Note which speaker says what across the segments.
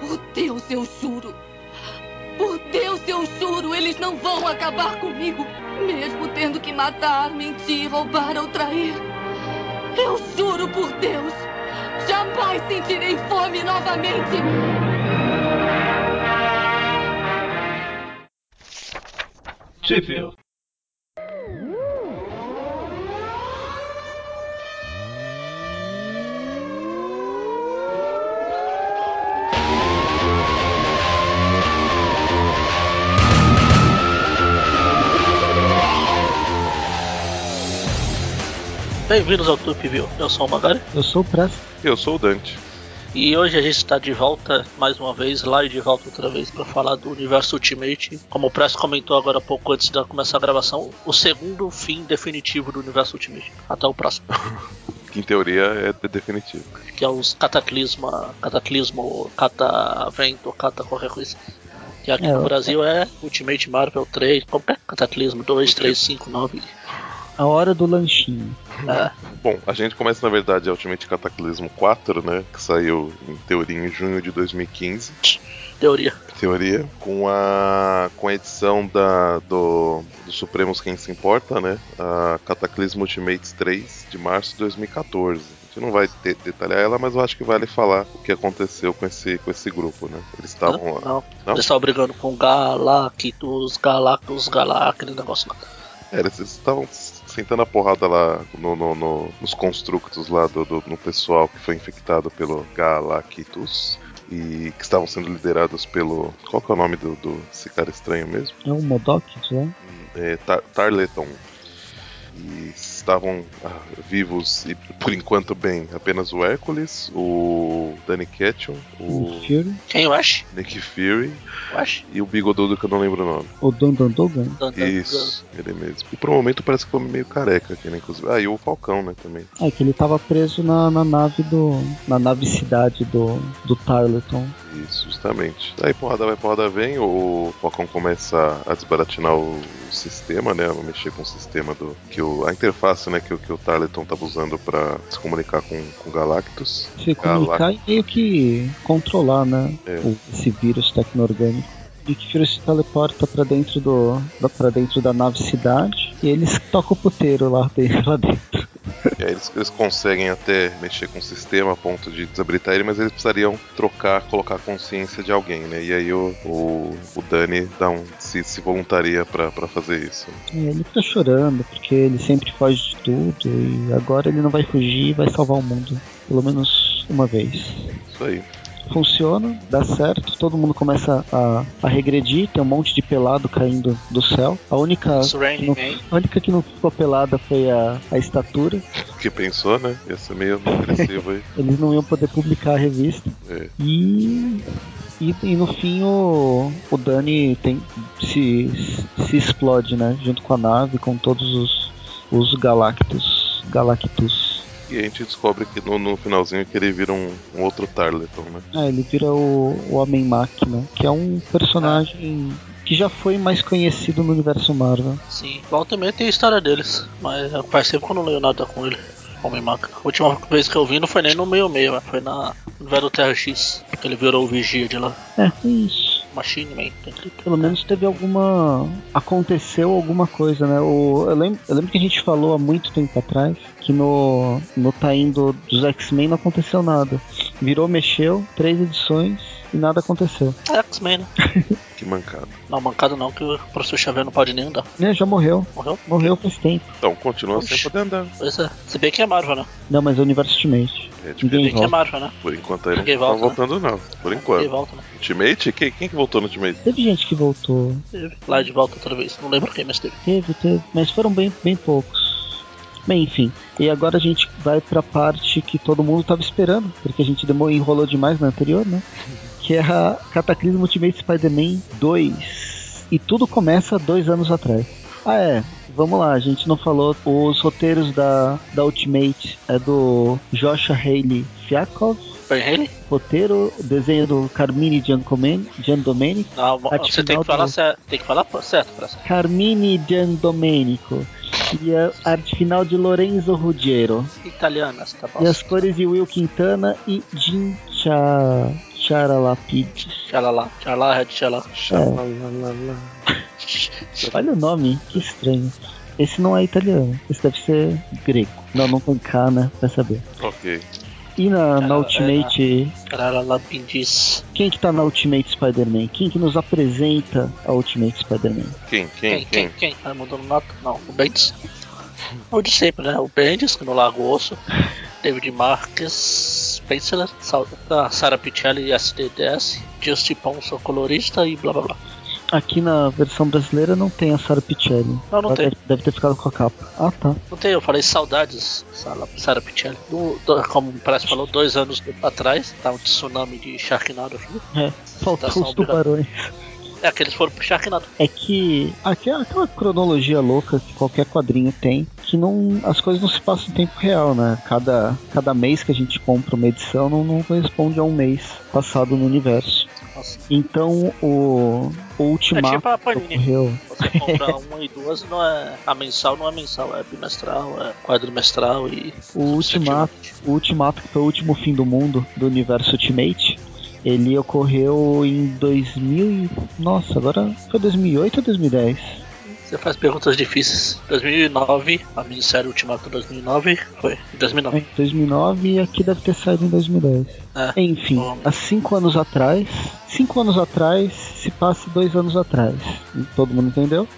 Speaker 1: Por Deus, eu juro. Por Deus, eu juro, eles não vão acabar comigo. Mesmo tendo que matar, mentir, roubar ou trair. Eu juro por Deus. Jamais sentirei fome novamente.
Speaker 2: Sheffield.
Speaker 3: Bem-vindos ao Tup View. Eu sou o Magari
Speaker 4: Eu sou o Presto.
Speaker 5: Eu sou o Dante.
Speaker 3: e hoje a gente está de volta mais uma vez lá e de volta outra vez para falar do universo Ultimate. Como o Presto comentou agora há pouco antes de começar a gravação, o segundo fim definitivo do universo Ultimate. Até o próximo,
Speaker 5: Que em teoria é de- definitivo.
Speaker 3: que é os Cataclisma, Cataclismo, Catavento, Cata qualquer coisa. Que aqui
Speaker 4: É,
Speaker 3: no
Speaker 4: o-
Speaker 3: Brasil é Ultimate Marvel 3, qualquer Cataclismo 2, 3, 5, 9.
Speaker 4: A hora do lanchinho.
Speaker 3: É,
Speaker 5: Bom, a gente começa na verdade Ultimate Cataclismo 4, né? Que saiu em teoria em junho de 2015.
Speaker 3: teoria.
Speaker 5: Teoria. Com a, com a edição da, do, do Supremos Quem Se Importa, né? A Cataclismo Ultimates 3 de março de 2014. A gente Não vai de- detalhar ela, mas eu acho que vale falar o que aconteceu com esse, com esse grupo, né? Eles estavam lá.
Speaker 3: Não,
Speaker 5: Não?
Speaker 3: Eles estavam brigando com Galactus, Galactus, Galactus, aquele negócio lá.
Speaker 5: É, eles eles estavam sentando a porrada lá no, no- no- nos constructos lá do, do- no pessoal que foi infectado pelo Galactus e que estavam sendo liderados pelo. Qual que é o nome do, do desse cara estranho mesmo?
Speaker 4: É o Modok, né?
Speaker 5: É, Tar- Tarleton. E estavam ah, vivos e por enquanto bem apenas o Hércules, o Danny Ketchum,
Speaker 4: O
Speaker 5: o
Speaker 4: Fury.
Speaker 3: Quem o Ash?
Speaker 5: Nick Fury
Speaker 3: O Ash?
Speaker 5: e o Bigodudo que eu não lembro o nome.
Speaker 4: O Don Don Dogan.
Speaker 3: Dan- Dan-
Speaker 5: Isso, ele mesmo. E por um momento parece que ficou meio careca aqui, né? Inclusive. Ah, e o Falcão, né, também.
Speaker 4: É que ele tava preso na, na nave do. Na nave cidade do, do Tarleton.
Speaker 5: Isso, justamente. Aí porrada vai, porrada vem, o Falcão começa a desbaratinar o sistema, né? A mexer com o sistema do. Que o, a interface, né, que, o- que o Tarleton tava usando pra se comunicar com, com o Galactus.
Speaker 4: Se comunicar e meio que controlar, né?
Speaker 5: É.
Speaker 4: o- esse vírus tecno-orgânico. E que Fury se teleporta pra dentro do. Da, pra dentro da nave cidade. E eles tocam o puteiro lá dentro. Lá dentro.
Speaker 5: E aí eles, eles conseguem até mexer com o sistema a ponto de desabilitar ele, mas eles precisariam trocar, colocar a consciência de alguém, né? E aí o, o, o Dani dá um, se, se voluntaria pra, pra fazer isso.
Speaker 4: É, ele fica chorando, porque ele sempre foge de tudo. E agora ele não vai fugir e vai salvar o mundo. Pelo menos uma vez.
Speaker 5: Isso aí.
Speaker 4: funciona, dá certo, todo mundo começa a, a regredir, tem um monte de pelado caindo do céu. A única,
Speaker 3: It's Raining
Speaker 4: Não.
Speaker 3: Man.
Speaker 4: a única que não ficou pelada foi a, a estatura.
Speaker 5: que pensou, né? Ia ser meio agressivo aí.
Speaker 4: Eles não iam poder publicar a revista.
Speaker 5: É.
Speaker 4: E, e, e no fim o, o Dani tem, se, se explode, né? Junto com a nave, com todos os, os Galactus. Galactus.
Speaker 5: E a gente descobre que no, no finalzinho que ele vira um, um outro Tarleton, né?
Speaker 4: Ah, ele vira o, o Homem Máquina, que é um personagem que já foi mais conhecido no universo Marvel.
Speaker 3: Sim, volta e meia tem a história deles, mas faz tempo que eu não leio nada com ele. Homem Maca. A última vez que eu vi não foi nem no meio meio, mas foi na no velho Terra X, que ele virou o vigia de lá.
Speaker 4: É, foi isso.
Speaker 3: Machine Man. tá escrito.
Speaker 4: Pelo menos teve alguma. Aconteceu alguma coisa, né? O... Eu, lembro, eu lembro que a gente falou há muito tempo atrás que no, no Taim do- dos X-Men não aconteceu nada. Virou, mexeu, três edições e nada aconteceu.
Speaker 3: É X-Men, né?
Speaker 5: Que mancada.
Speaker 3: Não, mancada não, que o professor Xavier não pode nem andar.
Speaker 4: Né, já morreu.
Speaker 3: Morreu?
Speaker 4: Morreu faz tempo.
Speaker 5: Então, continua sem
Speaker 3: Oxi.
Speaker 5: poder andar.
Speaker 3: Pois é. Se bem que é Marvel, né?
Speaker 4: Não, mas é o Universo Ultimate.
Speaker 5: É
Speaker 3: Se
Speaker 5: diferente.
Speaker 3: bem
Speaker 4: Ninguém
Speaker 3: que é
Speaker 4: volta.
Speaker 3: Marvel, né?
Speaker 5: Por enquanto aí não
Speaker 3: Ninguém
Speaker 5: tá
Speaker 3: volta, né?
Speaker 5: voltando, não. Por
Speaker 3: E
Speaker 5: enquanto.
Speaker 3: volta, né?
Speaker 5: Ultimate? Quem, quem que voltou no Ultimate?
Speaker 4: Teve gente que voltou.
Speaker 3: Teve. Lá de volta outra vez. Não lembro quem, mas teve.
Speaker 4: Teve, teve. Mas foram bem, bem poucos. Bem, enfim. E agora a gente vai pra parte que todo mundo tava esperando, porque a gente demorou, enrolou demais na anterior, né? Que é a Cataclismo Ultimate Spider-Man 2. E tudo começa dois anos atrás. Ah, é. Vamos lá, a gente não falou. Os roteiros da, da Ultimate é do Joshua Haley Fiakov.
Speaker 3: Ben Haley?
Speaker 4: Roteiro, o desenho do Carmine Giancomen- Giandomenico.
Speaker 3: Não,
Speaker 4: É
Speaker 3: você tem
Speaker 4: final
Speaker 3: que falar
Speaker 4: do-
Speaker 3: certo. Tem que falar certo, parece.
Speaker 4: Carmine Giandomenico. E a arte final de Lorenzo Ruggiero.
Speaker 3: Italiana, essa
Speaker 4: E
Speaker 3: bosta.
Speaker 4: as cores de Will Quintana e Jim Cha... Charalapid.
Speaker 3: Xalala, xalala, red xalala.
Speaker 4: É.
Speaker 5: Xalalala.
Speaker 4: Olha o nome, hein? que estranho. Esse não é italiano, esse deve ser grego. Não, não tem K, né? Pra saber.
Speaker 5: Ok.
Speaker 4: E na, na
Speaker 3: Ah,
Speaker 4: Ultimate.
Speaker 3: Xalala, pindiz.
Speaker 4: Quem que tá na Ultimate Spider-Man? Quem que nos apresenta a Ultimate Spider-Man?
Speaker 5: Quem,
Speaker 3: Quem,
Speaker 5: quem,
Speaker 3: quem,
Speaker 5: quem?
Speaker 3: quem? Ah, mudou no nota? Não, o Bendis. O de sempre, né? O Bendis, que no Largo Osso. David Marques, Spencer, Sal- ah, Sarah Pichelli, SDDS, Justin Ponson, colorista e blá blá blá.
Speaker 4: Aqui na versão brasileira não tem a Sarah Pichelli.
Speaker 3: Não, não
Speaker 4: Ela
Speaker 3: tem.
Speaker 4: Deve, deve ter ficado com a capa. Ah, tá.
Speaker 3: Não tem, eu falei saudades, Sala- Sarah Pichelli. Do, do- como o Press falou, dois anos atrás, tá um tsunami de Sharknado aqui.
Speaker 4: É,
Speaker 3: Tá
Speaker 4: faltou os
Speaker 3: só
Speaker 4: tubarões.
Speaker 3: É que eles foram pro Sharknado.
Speaker 4: É que aquela, aquela cronologia louca que qualquer quadrinho tem, que não as coisas não se passam em tempo real, né? Cada, cada mês que a gente compra uma edição não, não corresponde a um mês passado no universo.
Speaker 3: Nossa.
Speaker 4: Então o,
Speaker 3: É
Speaker 4: o ultimato
Speaker 3: tipo a
Speaker 4: que
Speaker 3: Panini.
Speaker 4: ocorreu.
Speaker 3: Você comprar uma e duas não é. A mensal não é mensal, é bimestral, é quadrimestral e.
Speaker 4: O ultimato, o ultimato que foi o último fim do mundo do universo Ultimate, ele ocorreu em 2000 e, nossa, agora foi 2008 ou 2010?
Speaker 3: Você faz perguntas difíceis. 2009, a minissérie Ultimato 2009 foi. em 2009.
Speaker 4: É, 2009 e aqui deve ter saído em 2010.
Speaker 3: É.
Speaker 4: Enfim,
Speaker 3: Bom.
Speaker 4: há cinco anos atrás, cinco anos atrás se passa dois anos atrás. Todo mundo entendeu?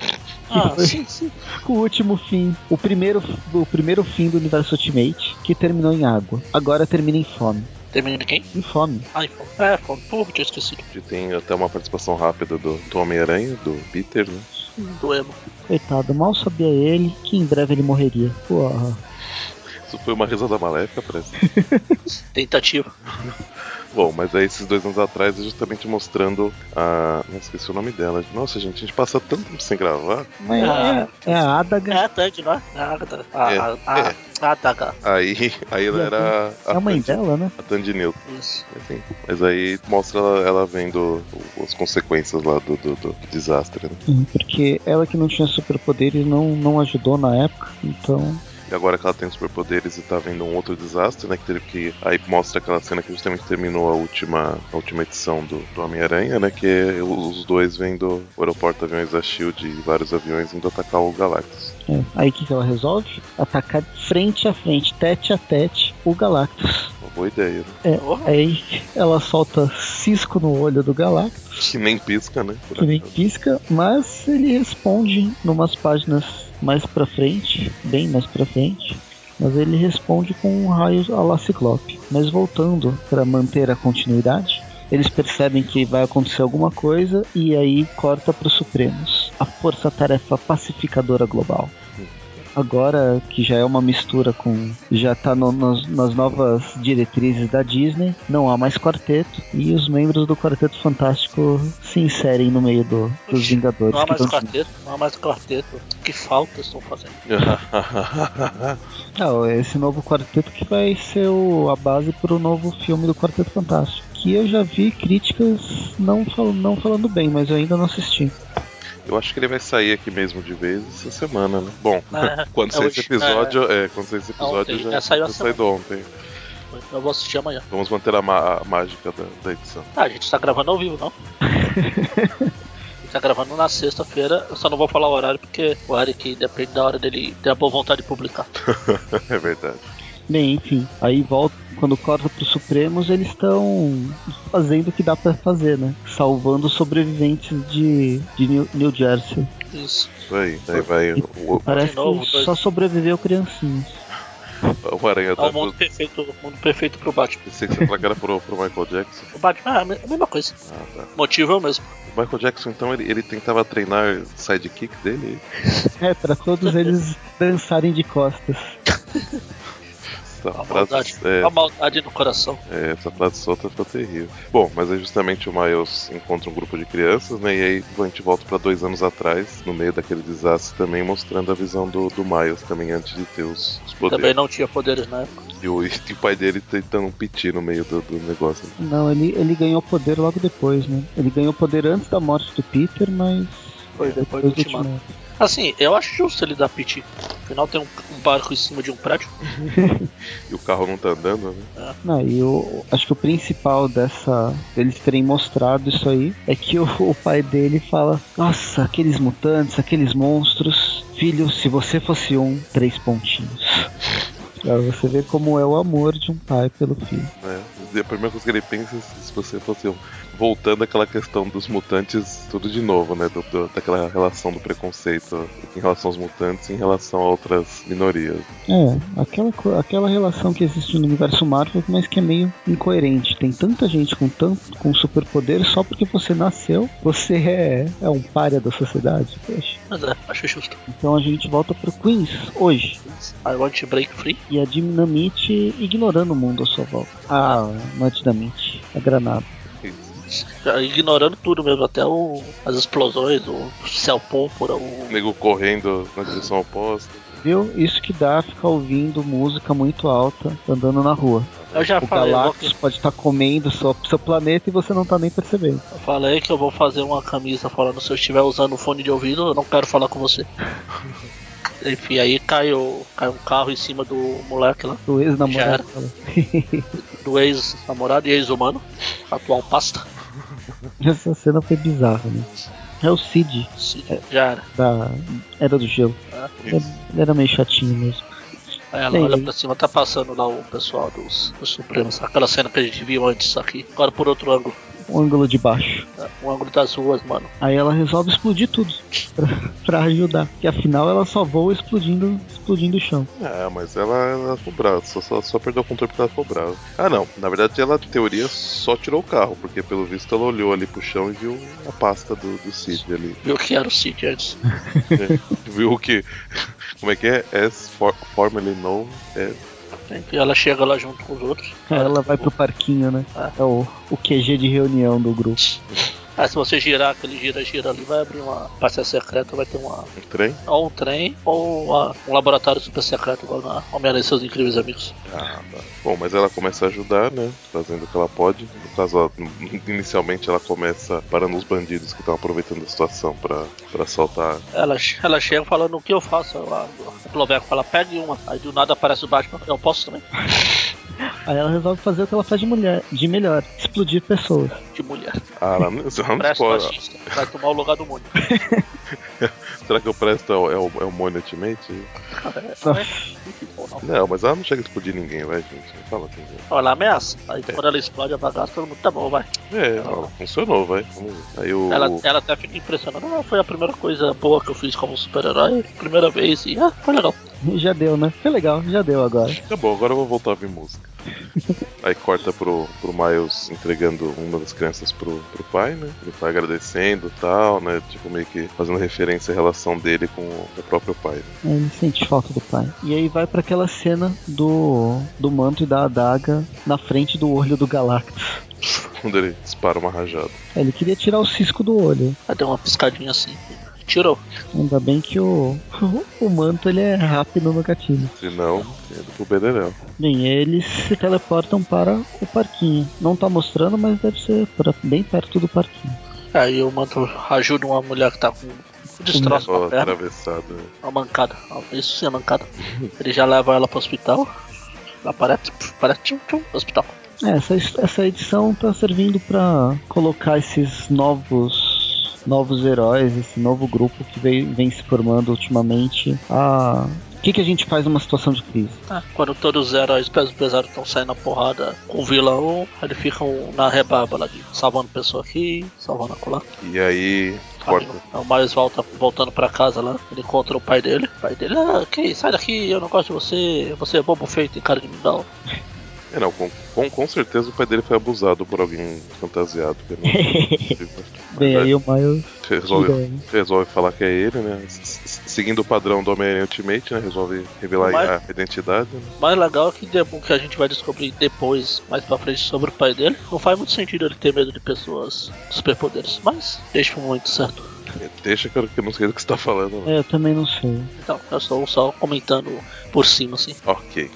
Speaker 3: Ah,
Speaker 4: foi?
Speaker 3: sim, sim.
Speaker 4: O último fim, o primeiro, o primeiro fim do universo Ultimate que terminou em água. Agora termina em fome.
Speaker 3: Terminando quem?
Speaker 4: Em fome.
Speaker 3: Ah, em fome. É, fome. Porra, tinha esquecido.
Speaker 5: A gente Tem até uma participação rápida do, do Homem-Aranha, do Peter, né?
Speaker 3: Do emo.
Speaker 4: Coitado, mal sabia ele que em breve ele morreria. Porra.
Speaker 5: Isso foi uma risada maléfica, parece.
Speaker 3: Tentativa.
Speaker 5: Bom, mas aí esses dois anos atrás é justamente mostrando a. Não esqueci o nome dela. Nossa, gente, a gente passa tanto tempo sem gravar.
Speaker 4: Mas
Speaker 3: Ah.
Speaker 4: é, é a Adaga.
Speaker 3: É a Tag, não é? É a Agatha. A,
Speaker 5: É,
Speaker 3: a, a,
Speaker 5: é.
Speaker 3: a Adaga.
Speaker 5: Aí, aí ela era.
Speaker 4: É
Speaker 3: Ah.
Speaker 4: a mãe
Speaker 5: Tandy-
Speaker 4: dela, né?
Speaker 5: A Tandy Newton,
Speaker 3: Isso.
Speaker 5: assim. Mas aí mostra ela, ela vendo o- as consequências lá do, do, do desastre, né?
Speaker 4: Sim, Porque ela que não tinha superpoderes não, não ajudou na época. Então,
Speaker 5: E agora que ela tem superpoderes e tá vendo um outro desastre, né? Que teve que. Aí mostra aquela cena que justamente terminou a última, a última edição do, do Homem-Aranha, né? Que é o- os dois vendo o aeroporto aviões da Shield e vários aviões indo atacar o Galactus.
Speaker 4: é. aí o que, que ela resolve? Atacar frente a frente, tete a tete, o Galactus.
Speaker 5: Uma boa ideia, né?
Speaker 4: É,
Speaker 3: Porra.
Speaker 4: aí ela solta cisco no olho do Galactus,
Speaker 5: Que nem pisca, né? por
Speaker 4: que nem
Speaker 5: acaso.
Speaker 4: pisca, mas ele responde numas páginas mais pra frente, bem mais pra frente. Mas ele responde com um raio a la Ciclope. Mas voltando pra manter a continuidade, eles percebem que vai acontecer alguma coisa e aí corta para os Supremos, a força-tarefa pacificadora global. Agora que já é uma mistura com. já tá no- nas, nas novas diretrizes da Disney, não há mais quarteto e os membros do Quarteto Fantástico se inserem no meio do- dos
Speaker 3: Oxi,
Speaker 4: Vingadores.
Speaker 3: Não há
Speaker 4: que
Speaker 3: mais
Speaker 4: tão juntos.
Speaker 3: quarteto, não há mais quarteto. Que falta estão fazendo.
Speaker 4: Não, é esse novo quarteto que vai ser o- a base para o novo filme do Quarteto Fantástico. Que eu já vi críticas não, fal- não falando bem, mas eu ainda não assisti.
Speaker 5: Eu acho que ele vai sair aqui mesmo de vez essa semana, né? Bom,
Speaker 3: É,
Speaker 5: quando
Speaker 3: é
Speaker 5: sair
Speaker 3: hoje.
Speaker 5: esse episódio, é, quando sair esse
Speaker 3: Ontem,
Speaker 5: episódio já,
Speaker 3: já saiu a
Speaker 5: já saído ontem.
Speaker 3: Eu vou assistir amanhã.
Speaker 5: Vamos manter a, ma- a mágica da, da edição.
Speaker 3: Ah, a gente tá gravando ao vivo, não? A gente tá gravando na sexta-feira. Eu só não vou falar o horário porque o Eric depende da hora dele ter a boa vontade de publicar.
Speaker 5: é verdade.
Speaker 4: Bem, enfim, aí volta, quando corta para os Supremos, eles estão fazendo o que dá para fazer, né? Salvando os sobreviventes de, de New, New Jersey.
Speaker 3: Isso.
Speaker 5: Isso aí. Aí vai o, o,
Speaker 4: Parece
Speaker 3: novo,
Speaker 4: que
Speaker 3: dois-
Speaker 4: só sobreviveu criancinhas.
Speaker 5: o Aranha tá
Speaker 3: É o
Speaker 5: da
Speaker 3: mundo perfeito, o mundo perfeito pro Batman.
Speaker 5: Pensei que você ia falar que era pro, pro Michael Jackson.
Speaker 3: O Batman é a me- a mesma coisa.
Speaker 5: Ah, tá.
Speaker 3: O motivo é o mesmo.
Speaker 5: O Michael Jackson, então, ele, ele tentava treinar sidekick dele?
Speaker 4: É, para todos eles dançarem de costas.
Speaker 5: Essa
Speaker 3: A maldade,
Speaker 5: frase, é,
Speaker 3: a maldade no coração.
Speaker 5: é, essa frase solta ficou terrível. Bom, mas aí justamente o Miles encontra um grupo de crianças, né? E aí a gente volta pra dois anos atrás, no meio daquele desastre também, mostrando a visão do, do Miles também antes de ter os, os
Speaker 3: Também
Speaker 5: poderes.
Speaker 3: não tinha poderes na época.
Speaker 5: E o, e o pai dele tentando um piti no meio do, do negócio.
Speaker 4: Não, ele, ele ganhou poder logo depois, né? Ele ganhou poder antes da morte do Peter, mas.
Speaker 3: Foi depois do ultimato. Assim, eu acho justo ele dar piti. Afinal tem um, um barco em cima de um prédio.
Speaker 5: E o carro não tá andando, né?
Speaker 4: Não, e eu acho que o principal dessa deles terem mostrado isso aí é que o, o pai dele fala: Nossa, aqueles mutantes, aqueles monstros. Filho, se você fosse um, três pontinhos. Pra você ver como é o amor de um pai pelo filho.
Speaker 5: É, e a primeira coisa que ele pensa é se você fosse um. Voltando àquela questão dos mutantes, tudo de novo, né? Do, do- daquela relação do preconceito em relação aos mutantes e em relação a outras minorias.
Speaker 4: É, aquela, co- aquela relação que existe no universo Marvel, mas que é meio incoerente. Tem tanta gente com tanto com superpoder só porque você nasceu, você é, é um párea da sociedade. Poxa.
Speaker 3: Mas é, acho justo.
Speaker 4: Então a gente volta pro Queens hoje.
Speaker 3: I want to break free.
Speaker 4: e a dinamite ignorando o mundo à sua volta. Ah, não é dinamite, é granada.
Speaker 3: Já Ignorando tudo mesmo, até o, as explosões, o céu púrpura,
Speaker 5: O
Speaker 3: o.
Speaker 5: nego correndo na direção oposta.
Speaker 4: Viu? Isso que dá ficar ouvindo música muito alta andando na rua.
Speaker 3: Eu já
Speaker 4: o
Speaker 3: falei, eu vou-
Speaker 4: Galactus pode estar comendo seu, seu planeta e você não tá nem percebendo.
Speaker 3: eu falei que eu vou fazer uma camisa falando se eu estiver usando fone de ouvido, eu não quero falar com você. Enfim, aí cai, o, cai um carro em cima do moleque lá,
Speaker 4: O
Speaker 3: Já
Speaker 4: ex-namorado fala.
Speaker 3: do ex-namorado e ex-humano, atual pasta.
Speaker 4: Essa cena foi bizarra, né? É o Cid
Speaker 3: Sim, já era.
Speaker 4: da Era do Gelo.
Speaker 3: Ah,
Speaker 4: Ele é, ele era meio chatinho mesmo.
Speaker 3: Aí ela
Speaker 4: Sim.
Speaker 3: olha pra cima, tá passando lá o pessoal dos, dos Supremos, aquela cena que a gente viu antes aqui, agora por outro ângulo,
Speaker 4: O um ângulo de baixo.
Speaker 3: tá? o ângulo das ruas, mano.
Speaker 4: Aí ela resolve explodir tudo pra, pra ajudar. Que afinal ela só voa explodindo, explodindo o chão.
Speaker 5: É, mas ela, ela ficou brava, só, só, só perdeu o controle porque ela ficou brava. Ah, não, na verdade ela, em teoria, só tirou o carro, porque pelo visto ela olhou ali pro chão e viu a pasta do, do Cid ali.
Speaker 3: Viu que era o Cid antes.
Speaker 5: viu que. Como é que é? As for, formerly known é, as.
Speaker 3: E ela chega lá junto com os outros. tá
Speaker 4: Aí ela vai pro parquinho, né? É o, o QG de reunião do grupo.
Speaker 3: Ah, se você girar aquele gira-gira ali, vai abrir uma pasta secreta, vai ter uma,
Speaker 5: Um trem?
Speaker 3: ou um trem ou a- um laboratório super secreto, igual na Homem-Aranha e seus incríveis amigos.
Speaker 5: Ah, tá. Bom, mas ela começa a ajudar, né? Fazendo o que ela pode. No caso, ela- inicialmente ela começa parando os bandidos que estão aproveitando a situação pra, pra assaltar.
Speaker 3: Ela, che- ela chega falando o que eu faço. Ela, a Cloveco fala, pegue uma. Aí do nada aparece o Batman, eu posso também.
Speaker 4: Aí ela resolve fazer o que ela faz de mulher, de melhor, explodir pessoas.
Speaker 3: De mulher.
Speaker 5: Ah, ela não, ela não
Speaker 3: Presto
Speaker 5: pode.
Speaker 3: machista, vai tomar o lugar do mundo.
Speaker 5: Será que o Presto é o, é o, é o Money Ultimate?
Speaker 3: Cara, é-
Speaker 4: Nossa.
Speaker 3: é- ou não.
Speaker 5: Não, mas ela não chega a explodir ninguém, vai, gente. Não fala assim. né?
Speaker 3: Olha, ela ameaça. Aí quando ela explode a bagaça, todo mundo tá bom, vai.
Speaker 5: É, ó, funcionou, vai. Vamos ver. Aí o.
Speaker 3: Ela, ela até fica impressionada. Ah, foi a primeira coisa boa que eu fiz como super-herói. Primeira vez e ah, foi legal.
Speaker 4: Já deu, né? Foi legal, já deu agora.
Speaker 5: Tá bom, agora eu vou voltar a ouvir música. Aí corta pro, pro Miles entregando uma das crianças pro, pro pai, né? E o pai agradecendo e tal, né? Tipo, meio que fazendo referência à relação dele com o, com o próprio pai. né?
Speaker 4: Aí Ele sente falta do pai. E aí vai pra aquela cena do, do manto e da adaga na frente do olho do Galactus.
Speaker 5: Quando ele dispara uma rajada.
Speaker 4: Aí Ele queria tirar o cisco do olho.
Speaker 3: Aí deu uma piscadinha assim. Tirou.
Speaker 4: Ainda bem que o, o manto ele é rápido no gatilho.
Speaker 5: Se não, é indo pro Bedelel.
Speaker 4: Bem, eles se teleportam para o parquinho. Não tá mostrando, mas deve ser pra- bem perto do parquinho.
Speaker 3: Aí o manto ajuda uma mulher que tá com um destroço
Speaker 5: Ó,
Speaker 3: na
Speaker 4: é.
Speaker 3: perna.
Speaker 5: atravessado. né?
Speaker 3: Uma mancada. Isso sim é mancada. Ele já leva ela pro hospital. Ela parece. Parece. Tchum, tchum, hospital.
Speaker 4: É, essa, es- essa edição tá servindo pra colocar esses novos novos heróis, esse novo grupo que vem, vem se formando ultimamente. A o que, que a gente faz numa situação de crise?
Speaker 3: Ah, Quando todos os heróis peso pesado estão saindo a porrada com o vilão, eles ficam na rebarba lá, de, salvando pessoa aqui, salvando acolá.
Speaker 5: E aí, corta.
Speaker 3: Aí O Miles volta, voltando pra casa lá, ele encontra o pai dele. O pai dele, ah, que sai daqui, eu não gosto de você, você é bobo feito, tem cara de mingau.
Speaker 5: É, não, com, com, com certeza o pai dele foi abusado por alguém fantasiado. Porque não,
Speaker 4: Bem,
Speaker 5: É,
Speaker 4: aí o Miles
Speaker 5: resolve
Speaker 4: tira-
Speaker 5: resolve falar que é ele, né? S- s- Seguindo o padrão do Homem-Aranha Ultimate, né? Resolve revelar
Speaker 3: Mas-
Speaker 5: a identidade. Né?
Speaker 3: O mais legal é que de- o que a gente vai descobrir depois, mais pra frente, sobre o pai dele, não faz muito sentido ele ter medo de pessoas de superpoderes, mas deixa pro momento certo.
Speaker 5: Deixa que eu que eu não sei do que você tá falando. né?
Speaker 4: É, eu também não sei.
Speaker 3: Então, eu estou só comentando por cima, assim.
Speaker 4: É.
Speaker 5: Ok.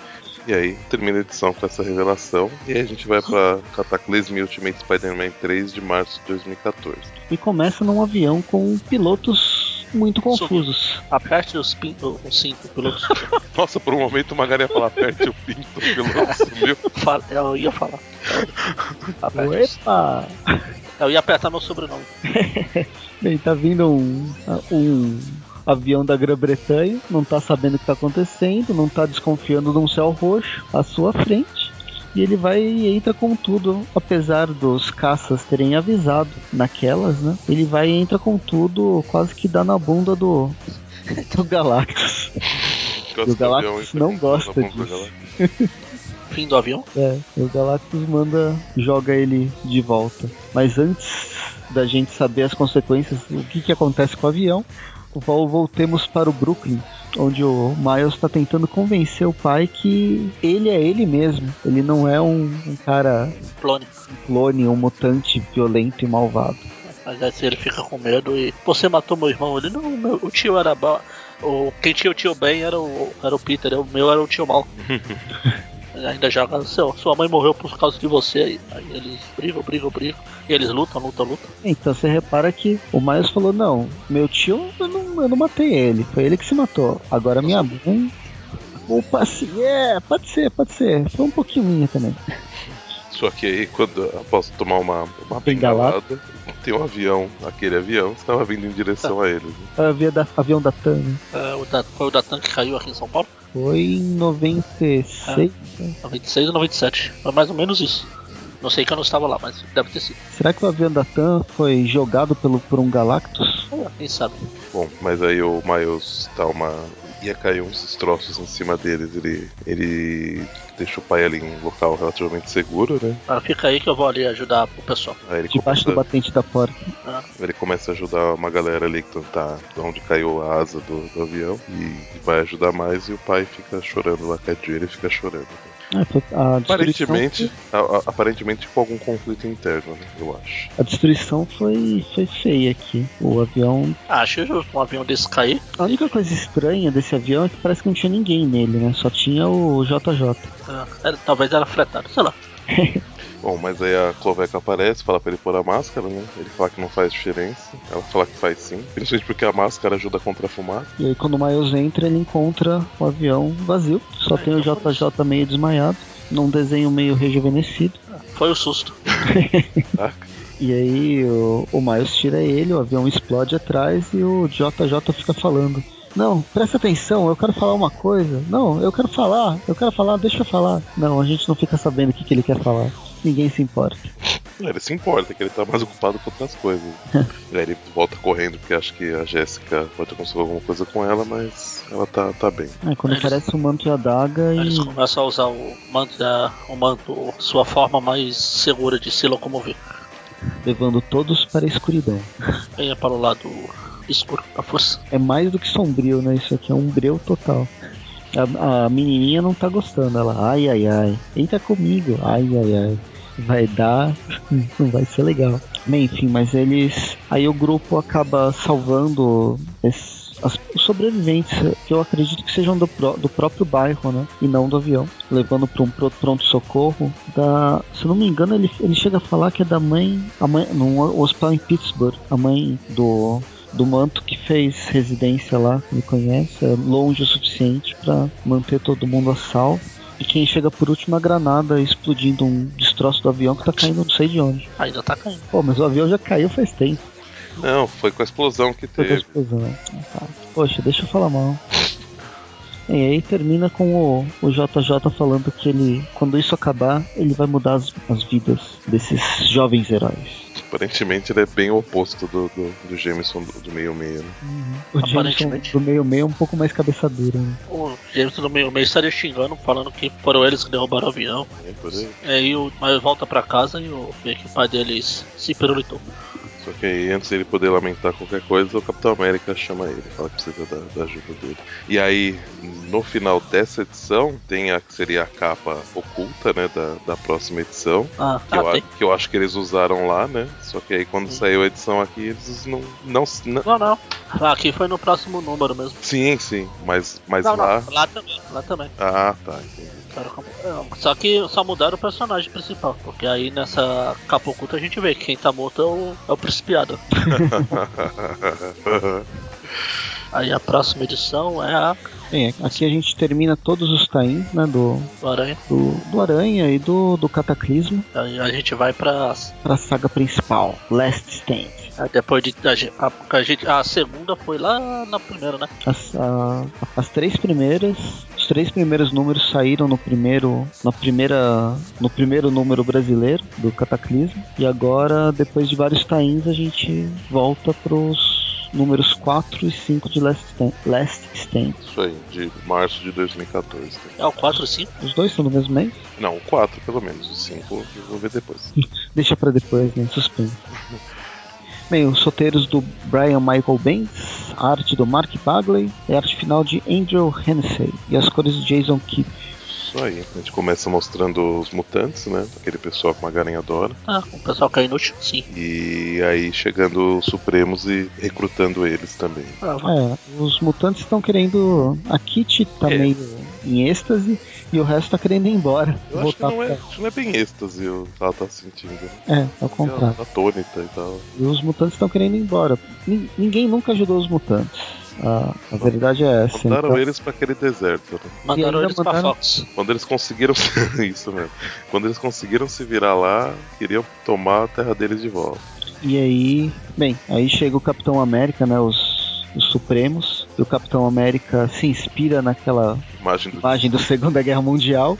Speaker 5: E aí, termina a edição com essa revelação. E aí a gente vai pra Cataclysm Ultimate Spider-Man 3 de março de 2014.
Speaker 4: E começa num avião com pilotos muito confusos.
Speaker 3: Aperte os pin... o o cinto, piloto.
Speaker 5: Nossa, por um momento o Magari ia falar, aperte o pinto, piloto sumiu.
Speaker 3: Fala- Eu ia falar. Aperte os-
Speaker 4: Epa!
Speaker 3: Eu ia apertar meu sobrenome.
Speaker 4: Bem, tá vindo um, um avião da Grã-Bretanha, não tá sabendo o que tá acontecendo, não tá desconfiando de um céu roxo à sua frente. E ele vai e entra com tudo, apesar dos caças terem avisado naquelas, né? Ele vai e entra com tudo, quase que dá na bunda do, do Galactus.
Speaker 5: Gosto do avião,
Speaker 4: Galactus
Speaker 5: então,
Speaker 4: não
Speaker 5: na
Speaker 4: gosta
Speaker 5: ponta do
Speaker 4: disso.
Speaker 5: Galactus.
Speaker 3: Fim do avião.
Speaker 4: É, o Galactus manda, joga ele de volta. Mas antes da gente saber as consequências, o que, que acontece com o avião, vol- voltemos para o Brooklyn, onde o Miles está tentando convencer o pai que ele é ele mesmo. Ele não é um, um cara
Speaker 3: Clone.
Speaker 4: um clone, um mutante violento e malvado.
Speaker 3: Aliás, ele fica com medo e. Você matou meu irmão? Ele, não, meu, o tio era. Ba... O... Quem tinha o tio bem era o, era o Peter, o meu era o tio mal. Ele Ainda joga, seu, sua mãe morreu por causa de você. Aí, aí eles brigam, brigam, brigam. E eles lutam, lutam, lutam.
Speaker 4: Então você repara que o Miles falou: Não, meu tio, eu não, eu não matei ele, foi ele que se matou. Agora minha mãe. Opa, sim, é, pode ser, pode ser. Foi um pouquinho minha também.
Speaker 5: Só que aí, quando após tomar uma, uma
Speaker 4: Bengalada.
Speaker 5: bengalada, tem um avião, aquele avião, estava vindo em direção
Speaker 4: Tá.
Speaker 5: a eles. né?
Speaker 4: Havia da, avião da TAM. né?
Speaker 3: É, o da- foi o Datan que caiu aqui em São Paulo?
Speaker 4: Foi em 96.
Speaker 3: Ah.
Speaker 4: né?
Speaker 3: 96 ou 97. Foi mais ou menos isso. Não sei que eu não estava lá, mas deve ter sido.
Speaker 4: Será que o avião da TAM foi jogado pelo, por um Galactus?
Speaker 3: É, Quem sabe?
Speaker 5: Bom, mas aí o Miles tá uma. ia cair uns destroços em cima deles. Ele, ele deixa o pai ali em um local relativamente seguro, né?
Speaker 3: Ah, fica aí que eu vou ali ajudar o pessoal.
Speaker 5: Aí ele
Speaker 4: Debaixo do
Speaker 5: começa,
Speaker 4: batente da porta.
Speaker 5: ele começa a ajudar uma galera ali que tá de onde caiu a asa do, do avião e vai ajudar mais e o pai fica chorando lá cadinho, ele fica chorando.
Speaker 4: É, foi a destruição
Speaker 5: Aparentemente, a- a- aparentemente com algum conflito interno, né? Eu acho.
Speaker 4: foi- a destruição foi, foi feia aqui. O avião.
Speaker 3: Ah, achei justo um avião desse cair.
Speaker 4: A única coisa estranha desse avião é que parece que não tinha ninguém nele, né? Só tinha o JJ.
Speaker 3: Ah, era- talvez era fretado, sei lá.
Speaker 5: Bom, mas aí a Cloveca aparece, fala pra ele pôr a máscara, né? Ele fala que não faz diferença. Ela fala que faz sim. Principalmente porque a máscara ajuda contra a fumaça.
Speaker 4: E aí quando o Miles entra, ele encontra o avião vazio. Só
Speaker 3: Ah,
Speaker 4: tem o
Speaker 3: então por isso.
Speaker 4: JJ meio desmaiado. Num desenho meio rejuvenescido.
Speaker 3: Foi o susto.
Speaker 5: Saca?
Speaker 4: E aí o, o Miles tira ele, o avião explode atrás e o JJ fica falando. Não, presta atenção, eu quero falar uma coisa. Não, eu quero falar, eu quero falar, deixa eu falar. Não, a gente não fica sabendo o que, que ele quer falar. Ninguém se importa.
Speaker 5: Ele se importa, que ele tá mais ocupado com outras coisas. e aí ele volta correndo porque acha que a Jéssica pode conseguir alguma coisa com ela, mas ela tá, tá bem.
Speaker 4: É, quando
Speaker 3: Eles-
Speaker 4: aparece o manto e a daga
Speaker 3: Aí Eles
Speaker 4: e.
Speaker 3: começam a usar o manto, a- o manto, sua forma mais segura de se locomover.
Speaker 4: levando todos para a escuridão.
Speaker 3: Venha para o é lado escuro da força.
Speaker 4: É mais do que sombrio, né? Isso aqui é um breu total. A, a menininha não tá gostando, ela, ai ai ai, entra comigo, ai ai ai, vai dar, não vai ser legal. Bem, enfim, mas eles. Aí o grupo acaba salvando es- as- os sobreviventes, que eu acredito que sejam do, pró- do próprio bairro, né? E não do avião, levando para um pro- pronto-socorro. Da, se eu não me engano, ele, ele chega a falar que é da mãe, a mãe, num hospital em Pittsburgh, a mãe do do manto que fez residência lá, me conhece, é longe o suficiente para manter todo mundo a salvo. E quem chega por último é a granada explodindo um destroço do avião que tá caindo não sei de onde.
Speaker 3: Ainda tá caindo.
Speaker 4: Pô, mas o avião já caiu faz tempo,
Speaker 5: Não, foi com a explosão que
Speaker 4: foi com a
Speaker 5: teve.
Speaker 4: explosão. Ah, tá. Poxa, deixa eu falar mal. E aí termina com o, o JJ falando que ele, quando isso acabar, ele vai mudar as, as vidas desses jovens heróis.
Speaker 5: Aparentemente ele é bem o oposto do, do, do Jameson do, do meio meio, né?
Speaker 4: O Jameson
Speaker 3: Aparentemente.
Speaker 4: do meio-meio é um pouco mais cabeça dura, né?
Speaker 3: O James no meio meio estaria xingando, falando que foram eles que derrubaram o avião.
Speaker 5: É por aí.
Speaker 3: Aí o Miles volta pra casa e o, vê que o pai deles se pirulitou.
Speaker 5: Só que aí, antes dele poder lamentar qualquer coisa, o Capitão América chama ele, fala que precisa da, da ajuda dele. E aí, no final dessa edição, tem a que seria a capa oculta, né, da, da próxima edição.
Speaker 3: Ah,
Speaker 5: Que,
Speaker 3: ah
Speaker 5: eu, a-
Speaker 3: tem.
Speaker 5: que eu acho que eles usaram lá, né? Só que aí quando
Speaker 3: Sim.
Speaker 5: saiu a edição aqui, eles não. não, não-
Speaker 3: Não, não. Ah, Aqui foi no próximo número mesmo.
Speaker 5: sim, sim, mas, mas
Speaker 3: não,
Speaker 5: lá.
Speaker 3: não. Lá também. Lá também.
Speaker 5: Ah, tá, entendi.
Speaker 3: Cara, como- é, Só que só mudaram o personagem principal, porque aí nessa capa oculta a gente vê que quem tá morto é o, é o Príncipe Adam. Aí a próxima edição é a
Speaker 4: Bem, aqui a gente termina todos os tains, né? Do,
Speaker 3: do Aranha.
Speaker 4: do, do Aranha e do, do Cataclismo
Speaker 3: Aí a gente vai pra.
Speaker 4: pra saga principal, Last Stand.
Speaker 3: aí Depois de. A, gente- a- a gente- a segunda foi lá na primeira, né?
Speaker 4: As, a- as três primeiras. Os três primeiros números saíram no primeiro. Na primeira. No primeiro número brasileiro do Cataclismo. E agora, depois de vários tains, a gente volta pros números 4 e 5 de Last Stand. Last Stand.
Speaker 5: Isso aí, de março de 2014. né?
Speaker 3: É o 4 e 5.
Speaker 4: Os dois são do mesmo mês?
Speaker 5: Não, o 4 pelo menos, o 5 eu vou ver depois.
Speaker 4: Deixa pra depois, né? Suspense. Bem, os roteiros do Brian Michael Bendis, a arte do Mark Bagley e a arte final de Andrew Hennessy e as cores de Jason Keith.
Speaker 5: Isso aí. A gente começa mostrando os mutantes, né? Aquele pessoal que uma galinha adora.
Speaker 3: Ah, o pessoal que é inútil, sim.
Speaker 5: E aí chegando os Supremos e recrutando eles também.
Speaker 3: Ah, vai.
Speaker 4: É, os mutantes estão querendo. A Kitty tá
Speaker 5: É.
Speaker 4: meio em êxtase e o resto tá querendo ir embora.
Speaker 5: Eu acho que não é, acho que não é bem êxtase o que ela tá sentindo.
Speaker 4: pra... é, ao
Speaker 5: Ela
Speaker 4: contrário.
Speaker 5: tá atônita e tal.
Speaker 4: E os mutantes estão querendo ir embora. Nin- ninguém nunca ajudou os mutantes. Ah, a verdade é essa.
Speaker 5: Mandaram
Speaker 4: então-
Speaker 5: eles pra aquele deserto, né?
Speaker 3: Mandaram
Speaker 4: ainda
Speaker 3: eles pra
Speaker 4: mandaram-
Speaker 3: Fox.
Speaker 5: Quando eles conseguiram isso mesmo. Quando eles conseguiram se virar lá, queriam tomar a terra deles de volta.
Speaker 4: E aí, bem, aí chega o Capitão América, né? Os, os Supremos. E o Capitão América se inspira naquela
Speaker 5: Imagem do
Speaker 4: imagem da Segunda Guerra Mundial.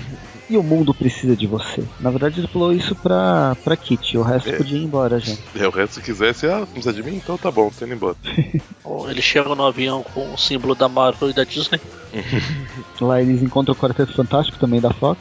Speaker 4: E o mundo precisa de você. Na verdade, ele falou isso pra, pra Kitty. O resto
Speaker 5: É.
Speaker 4: podia ir embora já.
Speaker 5: É, o resto se quisesse, ah, não precisa de mim? Então tá bom, tô indo embora.
Speaker 3: Bom, Eles chegam no avião com o símbolo da Marvel e da Disney.
Speaker 4: Lá eles encontram o Quarteto Fantástico também da Fox.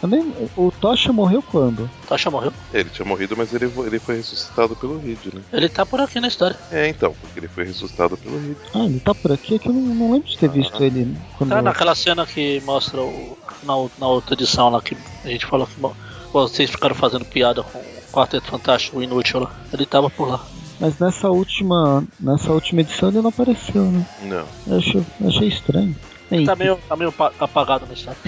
Speaker 4: Também, o o Tocha morreu quando?
Speaker 3: Tasha morreu.
Speaker 5: É, Ele tinha morrido, mas ele, vo- ele foi ressuscitado pelo Reed, né?
Speaker 3: Ele tá por aqui na história.
Speaker 5: É, então, porque ele foi ressuscitado pelo Reed.
Speaker 4: Ah, ele tá por aqui? É que eu não, não lembro de ter visto ele quando.
Speaker 3: Ah. Tá naquela cena que mostra o, na, o- na outra edição lá que a gente falou que mo- vocês ficaram fazendo piada com o Quarteto Fantástico, o Inútil lá. Ele tava por lá.
Speaker 4: Mas nessa última, nessa última edição ele não apareceu, né?
Speaker 5: Não.
Speaker 4: Eu acho- eu achei estranho. Bem,
Speaker 3: Tá meio, tá meio pa- apagado na história.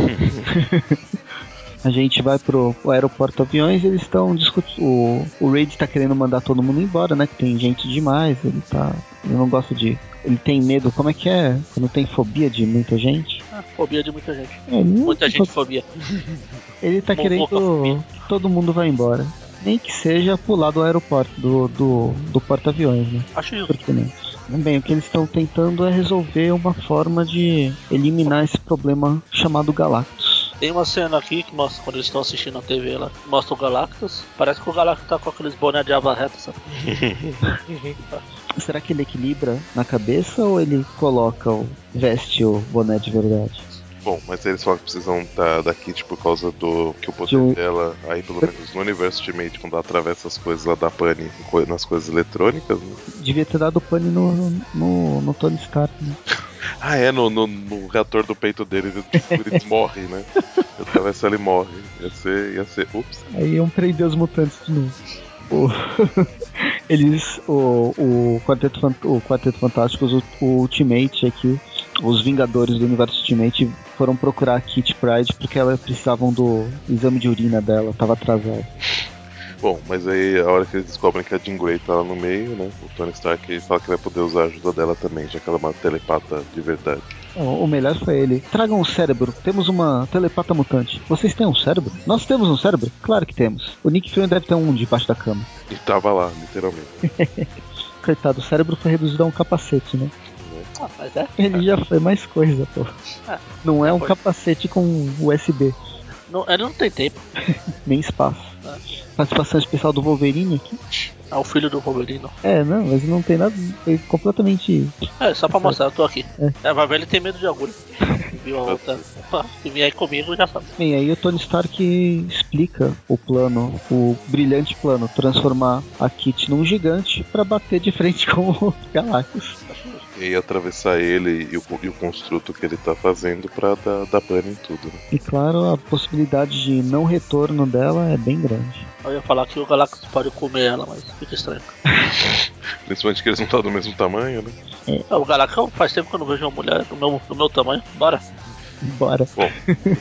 Speaker 4: A gente vai pro pro aeroporto aviões eles estão discutindo. O, o Raid tá querendo mandar todo mundo embora, né? Que tem gente demais, ele tá. Ele não gosta de. Ele tem medo, como é que é? Quando tem fobia de muita gente?
Speaker 3: Ah, fobia de muita gente.
Speaker 4: É, ele não-
Speaker 3: Muita gente fobia.
Speaker 4: Ele tá
Speaker 3: Mo-
Speaker 4: querendo.
Speaker 3: mocafobia.
Speaker 4: Todo mundo vai embora. Nem que seja pular do aeroporto, do, do, do porta-aviões, né?
Speaker 3: Acho isso.
Speaker 4: Por que não? Bem, o que eles estão tentando é resolver uma forma de eliminar esse problema chamado Galactus.
Speaker 3: Tem uma cena aqui que mostra quando eles estão assistindo a TV lá, que mostra o Galactus. Parece que o Galactus tá com aqueles boné de aba reta, sabe?
Speaker 4: Será que ele equilibra na cabeça ou ele coloca o. veste o boné de verdade?
Speaker 5: Bom, mas eles falam que precisam da, da Kit por causa do que o poder
Speaker 4: Do-
Speaker 5: dela, aí pelo menos no universo Ultimate, quando ela atravessa as coisas lá da pane co- nas coisas eletrônicas, né?
Speaker 4: Devia ter dado pane no, no, no Tony Stark. Né?
Speaker 5: Ah, é, no, no, no reator do peito dele, ele, ele morre, né? Atravessa ele e morre. Ia ser, ia ser, ups,
Speaker 4: Aí iam prender os mutantes de novo. O- Eles. O, o, Quarteto, Fan- o Quarteto Fantástico, o, o Ultimate aqui, os Vingadores do Universo Ultimate foram procurar a Kit Pride porque elas precisavam do exame de urina dela, tava atrasado.
Speaker 5: Bom, mas aí a hora que eles descobrem que a Jean Grey tá lá no meio, né? O Tony Stark fala que vai poder usar a ajuda dela também, já que ela é uma telepata de verdade.
Speaker 4: O o melhor foi ele. Tragam um cérebro. Temos uma telepata mutante. Vocês têm um cérebro? Nós temos um cérebro? Claro que temos. O Nick Fury deve ter um debaixo da cama.
Speaker 5: E tava lá, literalmente.
Speaker 4: Coitado, o cérebro foi reduzido a um capacete, né?
Speaker 5: né?
Speaker 3: Ah, mas é.
Speaker 4: Ele já foi mais coisa, pô. Não é um
Speaker 3: Foi.
Speaker 4: capacete com USB,
Speaker 3: Não, ele não tem tempo.
Speaker 4: nem espaço.
Speaker 3: Ah.
Speaker 4: Participação especial do Wolverine aqui?
Speaker 3: É o filho do Wolverine.
Speaker 4: É, não, mas não tem nada. Foi completamente.
Speaker 3: É, só pra mostrar, eu tô aqui. É, vai ver, ele tem medo de agulha. Viu a outra? Opa, se vier aí comigo, já sabe.
Speaker 4: Bem, aí o Tony Stark explica o plano, o brilhante plano, transformar a Kit num gigante pra bater de frente com o Galactus.
Speaker 5: E aí atravessar ele e o, co- e o construto que ele tá fazendo pra dar, dar pane em tudo, né?
Speaker 4: E claro, a possibilidade de não retorno dela é bem grande.
Speaker 3: Eu ia falar que o Galactus pode comer ela, mas fica estranho.
Speaker 5: Principalmente que eles não estão do mesmo tamanho, né?
Speaker 3: É, Ah, o Galacão faz tempo que eu não vejo uma mulher do meu, do meu tamanho. Bora.
Speaker 4: Bora.
Speaker 5: Bom,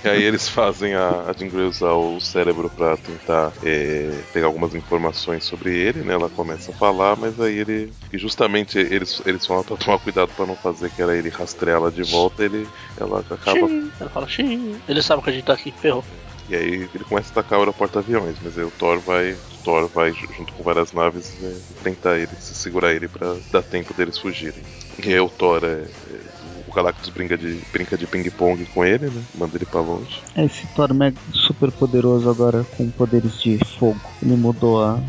Speaker 5: e aí eles fazem a, a Jingle usar o cérebro pra tentar é, pegar algumas informações sobre ele, né? Ela começa a falar, mas aí ele. E justamente eles, eles falam pra tomar cuidado pra não fazer que era ele rastrear ela de volta, ele, ela acaba.
Speaker 3: Xiii. Ela fala, xiii. Ele sabe que a gente tá aqui, ferrou.
Speaker 5: E aí ele começa a atacar o porta-aviões, mas aí o Thor vai. o Thor vai ju- junto com várias naves né, tentar ele, se segurar ele pra dar tempo deles fugirem. E aí o Thor é. é, o Galactus brinca de, brinca de ping-pong com ele, né? Manda ele pra longe.
Speaker 4: É esse Thor mega super poderoso agora com poderes de fogo. Ele mudou a.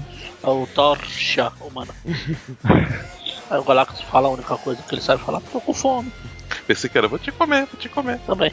Speaker 3: É o Torcha humana. Aí o Galactus fala a única coisa que ele sabe falar, tô com fome
Speaker 5: Pensei que era, vou te comer, vou te comer.
Speaker 3: também.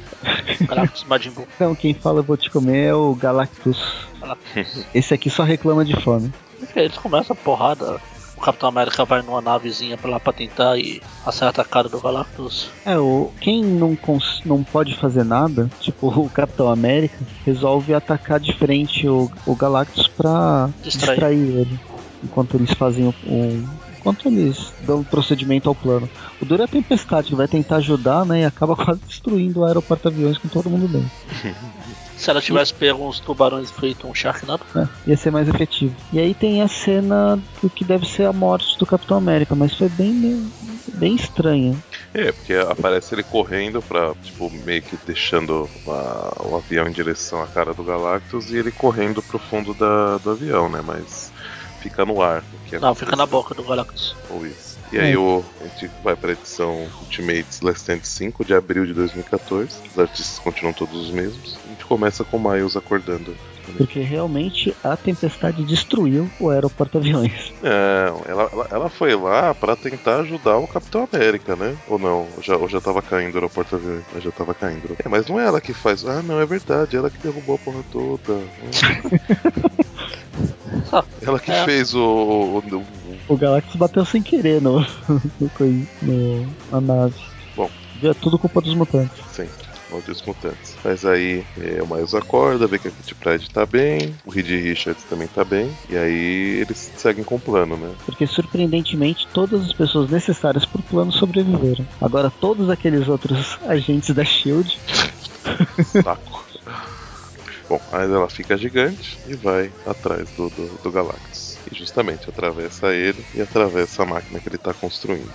Speaker 3: Galactus Majin Buu.
Speaker 4: Então quem fala eu vou te comer é o Galactus.
Speaker 3: Galactus.
Speaker 4: Esse aqui só reclama de fome.
Speaker 3: Enfim, eles começam a porrada. O Capitão América vai numa navezinha pra lá pra tentar e acerta a cara do Galactus.
Speaker 4: É, o, quem não, cons- não pode fazer nada, tipo o Capitão América, resolve atacar de frente o, o Galactus pra
Speaker 3: Distrair.
Speaker 4: distrair. ele. Enquanto eles fazem o, o- Enquanto eles dão um procedimento ao plano. O Duro é a tempestade que vai tentar ajudar, né? E acaba quase destruindo o aeroporto-aviões com todo mundo dentro.
Speaker 3: Se ela tivesse pego uns tubarões feito um Sharknado,
Speaker 4: né? Ia ser mais efetivo. E aí tem a cena do que deve ser a morte do Capitão América, mas foi bem, bem estranha.
Speaker 5: É, porque aparece ele correndo pra, tipo, meio que deixando a- o avião em direção à cara do Galactus e ele correndo pro fundo da, do avião, né? Mas fica no ar. o que é
Speaker 3: não, fica na
Speaker 5: aconteceu
Speaker 3: boca do Galactus.
Speaker 5: com isso. E aí
Speaker 4: É.
Speaker 5: o, a gente vai pra edição Ultimates Last Stand 5 de abril de 2014. Os artistas continuam todos os mesmos. A gente começa com o Miles acordando.
Speaker 4: Porque realmente a tempestade destruiu o aeroporto-aviões.
Speaker 5: Não, É, ela, ela, ela foi lá pra tentar ajudar o Capitão América, né? Ou não? Ou já, ou já tava caindo no porta aviões Já tava caindo. É, mas não é ela que faz. Ah, não, é verdade. Ela que derrubou a porra toda. Ah. ela que
Speaker 3: É.
Speaker 5: fez o. o- o-
Speaker 4: O Galactus bateu sem querer no, no, coi- no- na nave.
Speaker 5: Bom.
Speaker 4: É tudo culpa dos mutantes.
Speaker 5: Sim, malditos mutantes. Mas aí é, o Miles acorda, vê que a Kitty Pride tá bem, o Reed Richards também tá bem, e aí eles seguem com o plano, né?
Speaker 4: Porque surpreendentemente todas as pessoas necessárias pro plano sobreviveram. Agora todos aqueles outros agentes da Shield
Speaker 5: Saco. Bom, mas ela fica gigante e vai atrás do, do, do Galactus. E justamente atravessa ele e atravessa a máquina que ele tá construindo.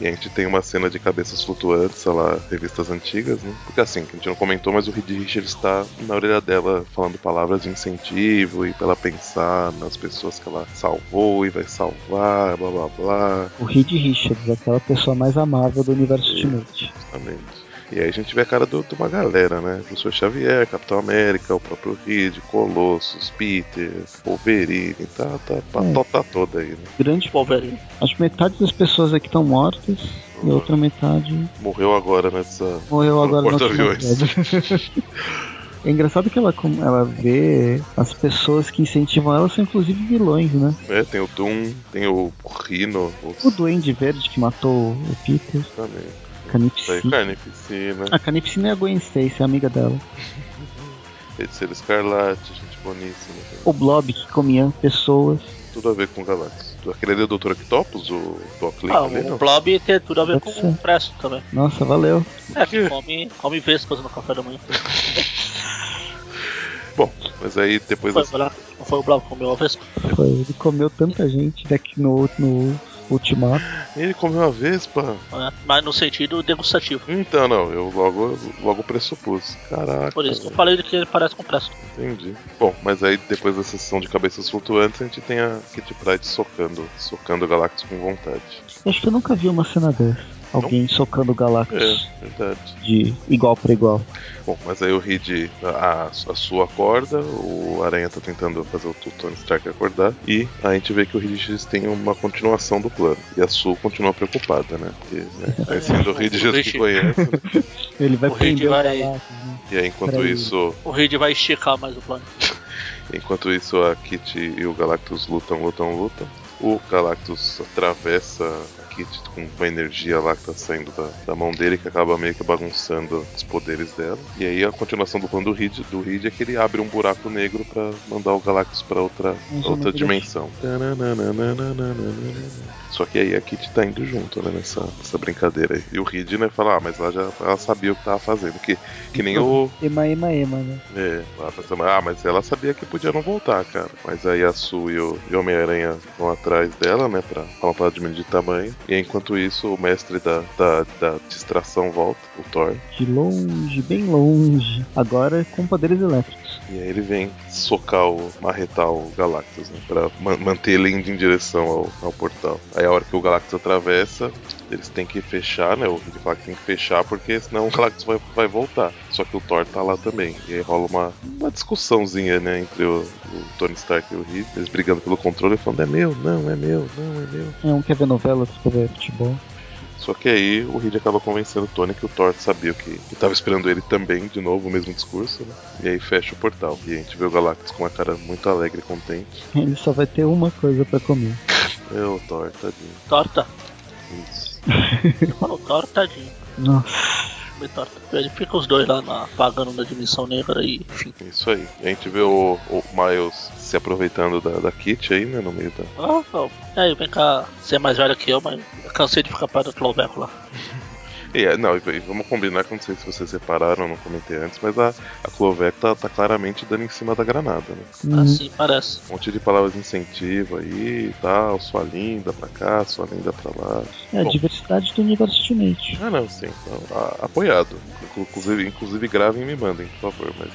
Speaker 5: E a gente tem uma cena de cabeças flutuantes, sei lá, revistas antigas, né? Porque assim, que a gente não comentou, mas o Reed Richards está na orelha dela falando palavras de incentivo e pra ela pensar nas pessoas que ela salvou e vai salvar, blá blá blá.
Speaker 4: o Reed Richards, aquela pessoa mais amável do universo Ultimate.
Speaker 5: Exatamente. E aí a gente vê a cara do- de uma galera, né? Professor Xavier, Capitão América, o próprio Reed, Colossus, Peter, Wolverine, tá, tá, patota toda aí, né?
Speaker 4: Grande.
Speaker 3: Wolverine.
Speaker 4: Acho que metade das pessoas aqui estão mortas e a outra metade
Speaker 5: Morreu agora nessa.
Speaker 4: Morreu agora
Speaker 5: Pelo
Speaker 4: no
Speaker 5: porta-aviões.
Speaker 4: É engraçado que ela, com- ela vê as pessoas que incentivam ela são inclusive vilões, né?
Speaker 5: né? Tem o Doom, tem o Rhino, o
Speaker 4: O Duende Verde que matou o Peter,
Speaker 5: também. Tá aí,
Speaker 4: Canipsina.
Speaker 5: Carnificina,
Speaker 4: A Canipsina é a Gwen Stacy, a amiga dela.
Speaker 5: Feiticeiro Escarlate, gente boníssima. né?
Speaker 4: O Blob que comia pessoas.
Speaker 5: Tudo a ver com o Galactus. Aquele ali é o Dr. Octopus, o do Oclin
Speaker 3: Ah,
Speaker 5: ali, não?
Speaker 3: o Blob tem tudo a ver
Speaker 4: Pode
Speaker 3: com o
Speaker 4: ser.
Speaker 3: Presto também.
Speaker 4: Nossa, valeu.
Speaker 3: É, que come, come vespas no café da manhã.
Speaker 5: Bom, mas aí depois
Speaker 3: Foi,
Speaker 5: dessa
Speaker 3: foi lá, não foi o Blob que comeu a vespa?
Speaker 4: Foi, ele comeu tanta gente daqui no, no Ultimato.
Speaker 5: Ele comeu uma vespa.
Speaker 3: né? Mas no sentido degustativo.
Speaker 5: Então, não, eu logo, logo pressupus. Caraca.
Speaker 3: Por isso
Speaker 4: Tá
Speaker 3: que eu
Speaker 5: velho.
Speaker 3: falei que ele parece com o Presto.
Speaker 5: Entendi. Bom, mas aí depois da sessão de cabeças flutuantes, a gente tem a Kit Pride socando, socando o Galactus com vontade.
Speaker 4: Eu Acho que eu nunca vi uma cena dessa. Alguém socando o Galactus
Speaker 5: É, verdade.
Speaker 4: de igual pra igual.
Speaker 5: Bom, mas aí o Reed, a, a- a sua acorda, o Aranha tá tentando fazer o Tony Stark acordar, e a gente vê que o Reed X tem uma continuação do plano. E a Sue continua preocupada, né? Porque, né, sendo o Reed Jesus que conhece. né?
Speaker 4: Ele vai
Speaker 3: O Reed
Speaker 4: prender
Speaker 3: vai-
Speaker 4: o Galactus. Né?
Speaker 5: E aí, enquanto
Speaker 4: Peraí.
Speaker 5: isso,
Speaker 3: O Reed vai esticar mais o plano.
Speaker 5: Enquanto isso, a Kitty e o Galactus lutam, lutam, lutam. O Galactus atravessa a Kitty com uma energia lá que tá saindo da, da mão dele que acaba meio que bagunçando os poderes dela. E aí a continuação do plano do Reed, do Reed é que ele abre um buraco negro pra mandar o Galactus pra outra,
Speaker 4: Mas eu
Speaker 5: outra
Speaker 4: não queria-
Speaker 5: dimensão. Tananananananananana. Só que aí a Kitty tá indo junto, né, nessa, nessa brincadeira aí. E o Reed, né, fala, ah, mas lá já ela sabia o que tava fazendo, que, que nem o,
Speaker 4: Ema, ema, ema, né?
Speaker 5: é, lá pra semana. Ah, mas ela sabia que podia não voltar, cara. Mas aí a Sue e o, e o Homem-Aranha vão atrás dela, né? Pra, ela pra diminuir de tamanho. E enquanto isso, o mestre da, da, da distração volta, o Thor.
Speaker 4: De longe, bem longe. Agora é com poderes elétricos.
Speaker 5: E aí ele vem socar o. marretar o Galactus, né? Pra man- manter ele indo em direção ao, ao portal. Aí a hora que o Galactus atravessa, eles têm que fechar, né? O Rick fala que tem que fechar, porque senão o Galactus vai, vai voltar. Só que o Thor tá lá também. E aí rola uma, uma discussãozinha, né? Entre o, o Tony Stark e o Reed. Eles brigando pelo controle, falando: é meu, não, é meu, não, é meu.
Speaker 4: É um quer ver novela, outro quer ver futebol.
Speaker 5: Só que aí o Reed acaba convencendo o Tony que o Thor sabia o que. que tava esperando ele também, de novo, o mesmo discurso, né? E aí fecha o portal. E a gente vê o Galactus com uma cara muito alegre e contente.
Speaker 4: Ele só vai ter uma coisa pra comer.
Speaker 5: É o Thor, tadinho.
Speaker 3: Torta.
Speaker 5: Isso.
Speaker 3: Ele falou torta, tadinho.
Speaker 4: Nossa.
Speaker 3: Bem torta. Ele fica os dois lá na, pagando na dimensão negra e enfim.
Speaker 5: Isso aí. E a gente vê o, o Miles se aproveitando da, da Kit aí, né? No meio da.
Speaker 3: Ah, não. Aí, vem cá, você é mais velho que eu, mas eu cansei de ficar parado no Loveco lá.
Speaker 5: E é, não, e e vamos combinar que eu não sei se vocês separaram, não comentei antes, mas a, a Clovette tá, tá claramente dando em cima da granada, né?
Speaker 4: Hum,
Speaker 3: Assim parece.
Speaker 5: Um monte de palavras de incentivo aí e tal, sua linda pra cá, sua linda pra lá.
Speaker 4: é a
Speaker 5: Bom.
Speaker 4: diversidade do universo Ultimate.
Speaker 5: Ah, não, sim. Então, a- apoiado. Inclu- Inclusive, inclusive gravem e me mandem, por favor. Mas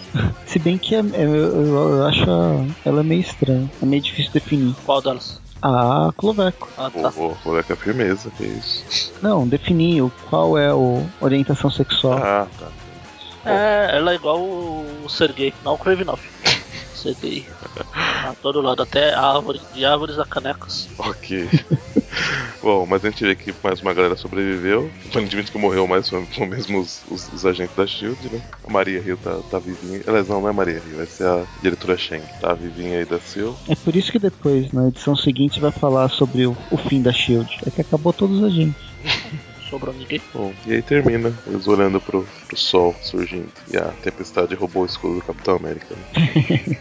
Speaker 4: Se bem que é- é- eu, eu acho a- ela meio estranha. É meio difícil definir.
Speaker 3: Qual delas?
Speaker 4: Ah, Cloveco.
Speaker 3: Ah,
Speaker 5: vou,
Speaker 3: tá.
Speaker 5: vou, vou dar com a firmeza, que é isso.
Speaker 4: Não, definir o- qual é o orientação sexual.
Speaker 5: Ah, tá.
Speaker 3: É, ela é igual o, o Sergei, não o Kravinov. Sergei. A todo lado, até árvore, de árvores a canecas.
Speaker 5: Ok. Bom, mas a gente vê que mais uma galera sobreviveu. Aparentemente que morreu mais foram foram mesmo os, os- os agentes da SHIELD, né? A Maria Rio tá, tá vivinha. Aliás, não, não é Maria Rio, essa é a diretora Shen. Tá vivinha aí da SEAL.
Speaker 4: É por isso que depois, na edição seguinte, vai falar sobre o, o fim da Shield. É que acabou todos os agentes.
Speaker 3: Não sobrou ninguém.
Speaker 5: Bom, e aí termina eles olhando pro, pro sol surgindo. E a tempestade roubou o escudo do Capitão América. Né?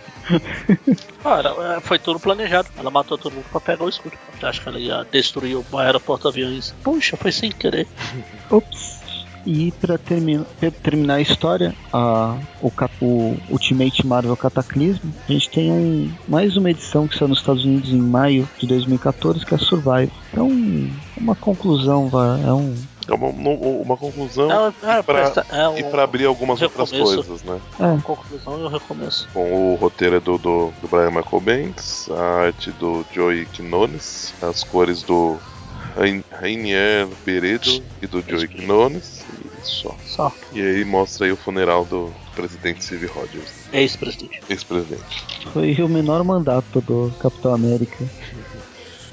Speaker 3: Cara, é, foi tudo planejado. Ela matou todo mundo pra pegar o escudo. Você acha que ela ia destruir o aeroporto aviões? Puxa, foi sem querer.
Speaker 4: Ops. E pra, termi- pra terminar a história, a- o, cap- o Ultimate Marvel Cataclismo, a gente tem um- mais uma edição que saiu nos Estados Unidos em maio de 2014, que é a Survive. Então, uma conclusão, vai, é um,
Speaker 5: É uma, uma conclusão.
Speaker 3: é, é,
Speaker 5: Então, e pra-
Speaker 3: presta- é
Speaker 5: E
Speaker 3: um-
Speaker 5: pra abrir algumas outras
Speaker 3: recomeço.
Speaker 5: coisas, né?
Speaker 3: uma conclusão e um recomeço.
Speaker 5: Bom, o roteiro é do, do, do Brian Michael Banks, a arte do Joey Quinones, as cores do Rain- Rainier Beredo e do Joey Quinones, e só.
Speaker 3: Só.
Speaker 5: E aí mostra aí o funeral do presidente Steve Rogers,
Speaker 3: É Ex-presidente.
Speaker 5: ex-presidente.
Speaker 4: foi o menor mandato do Capitão América.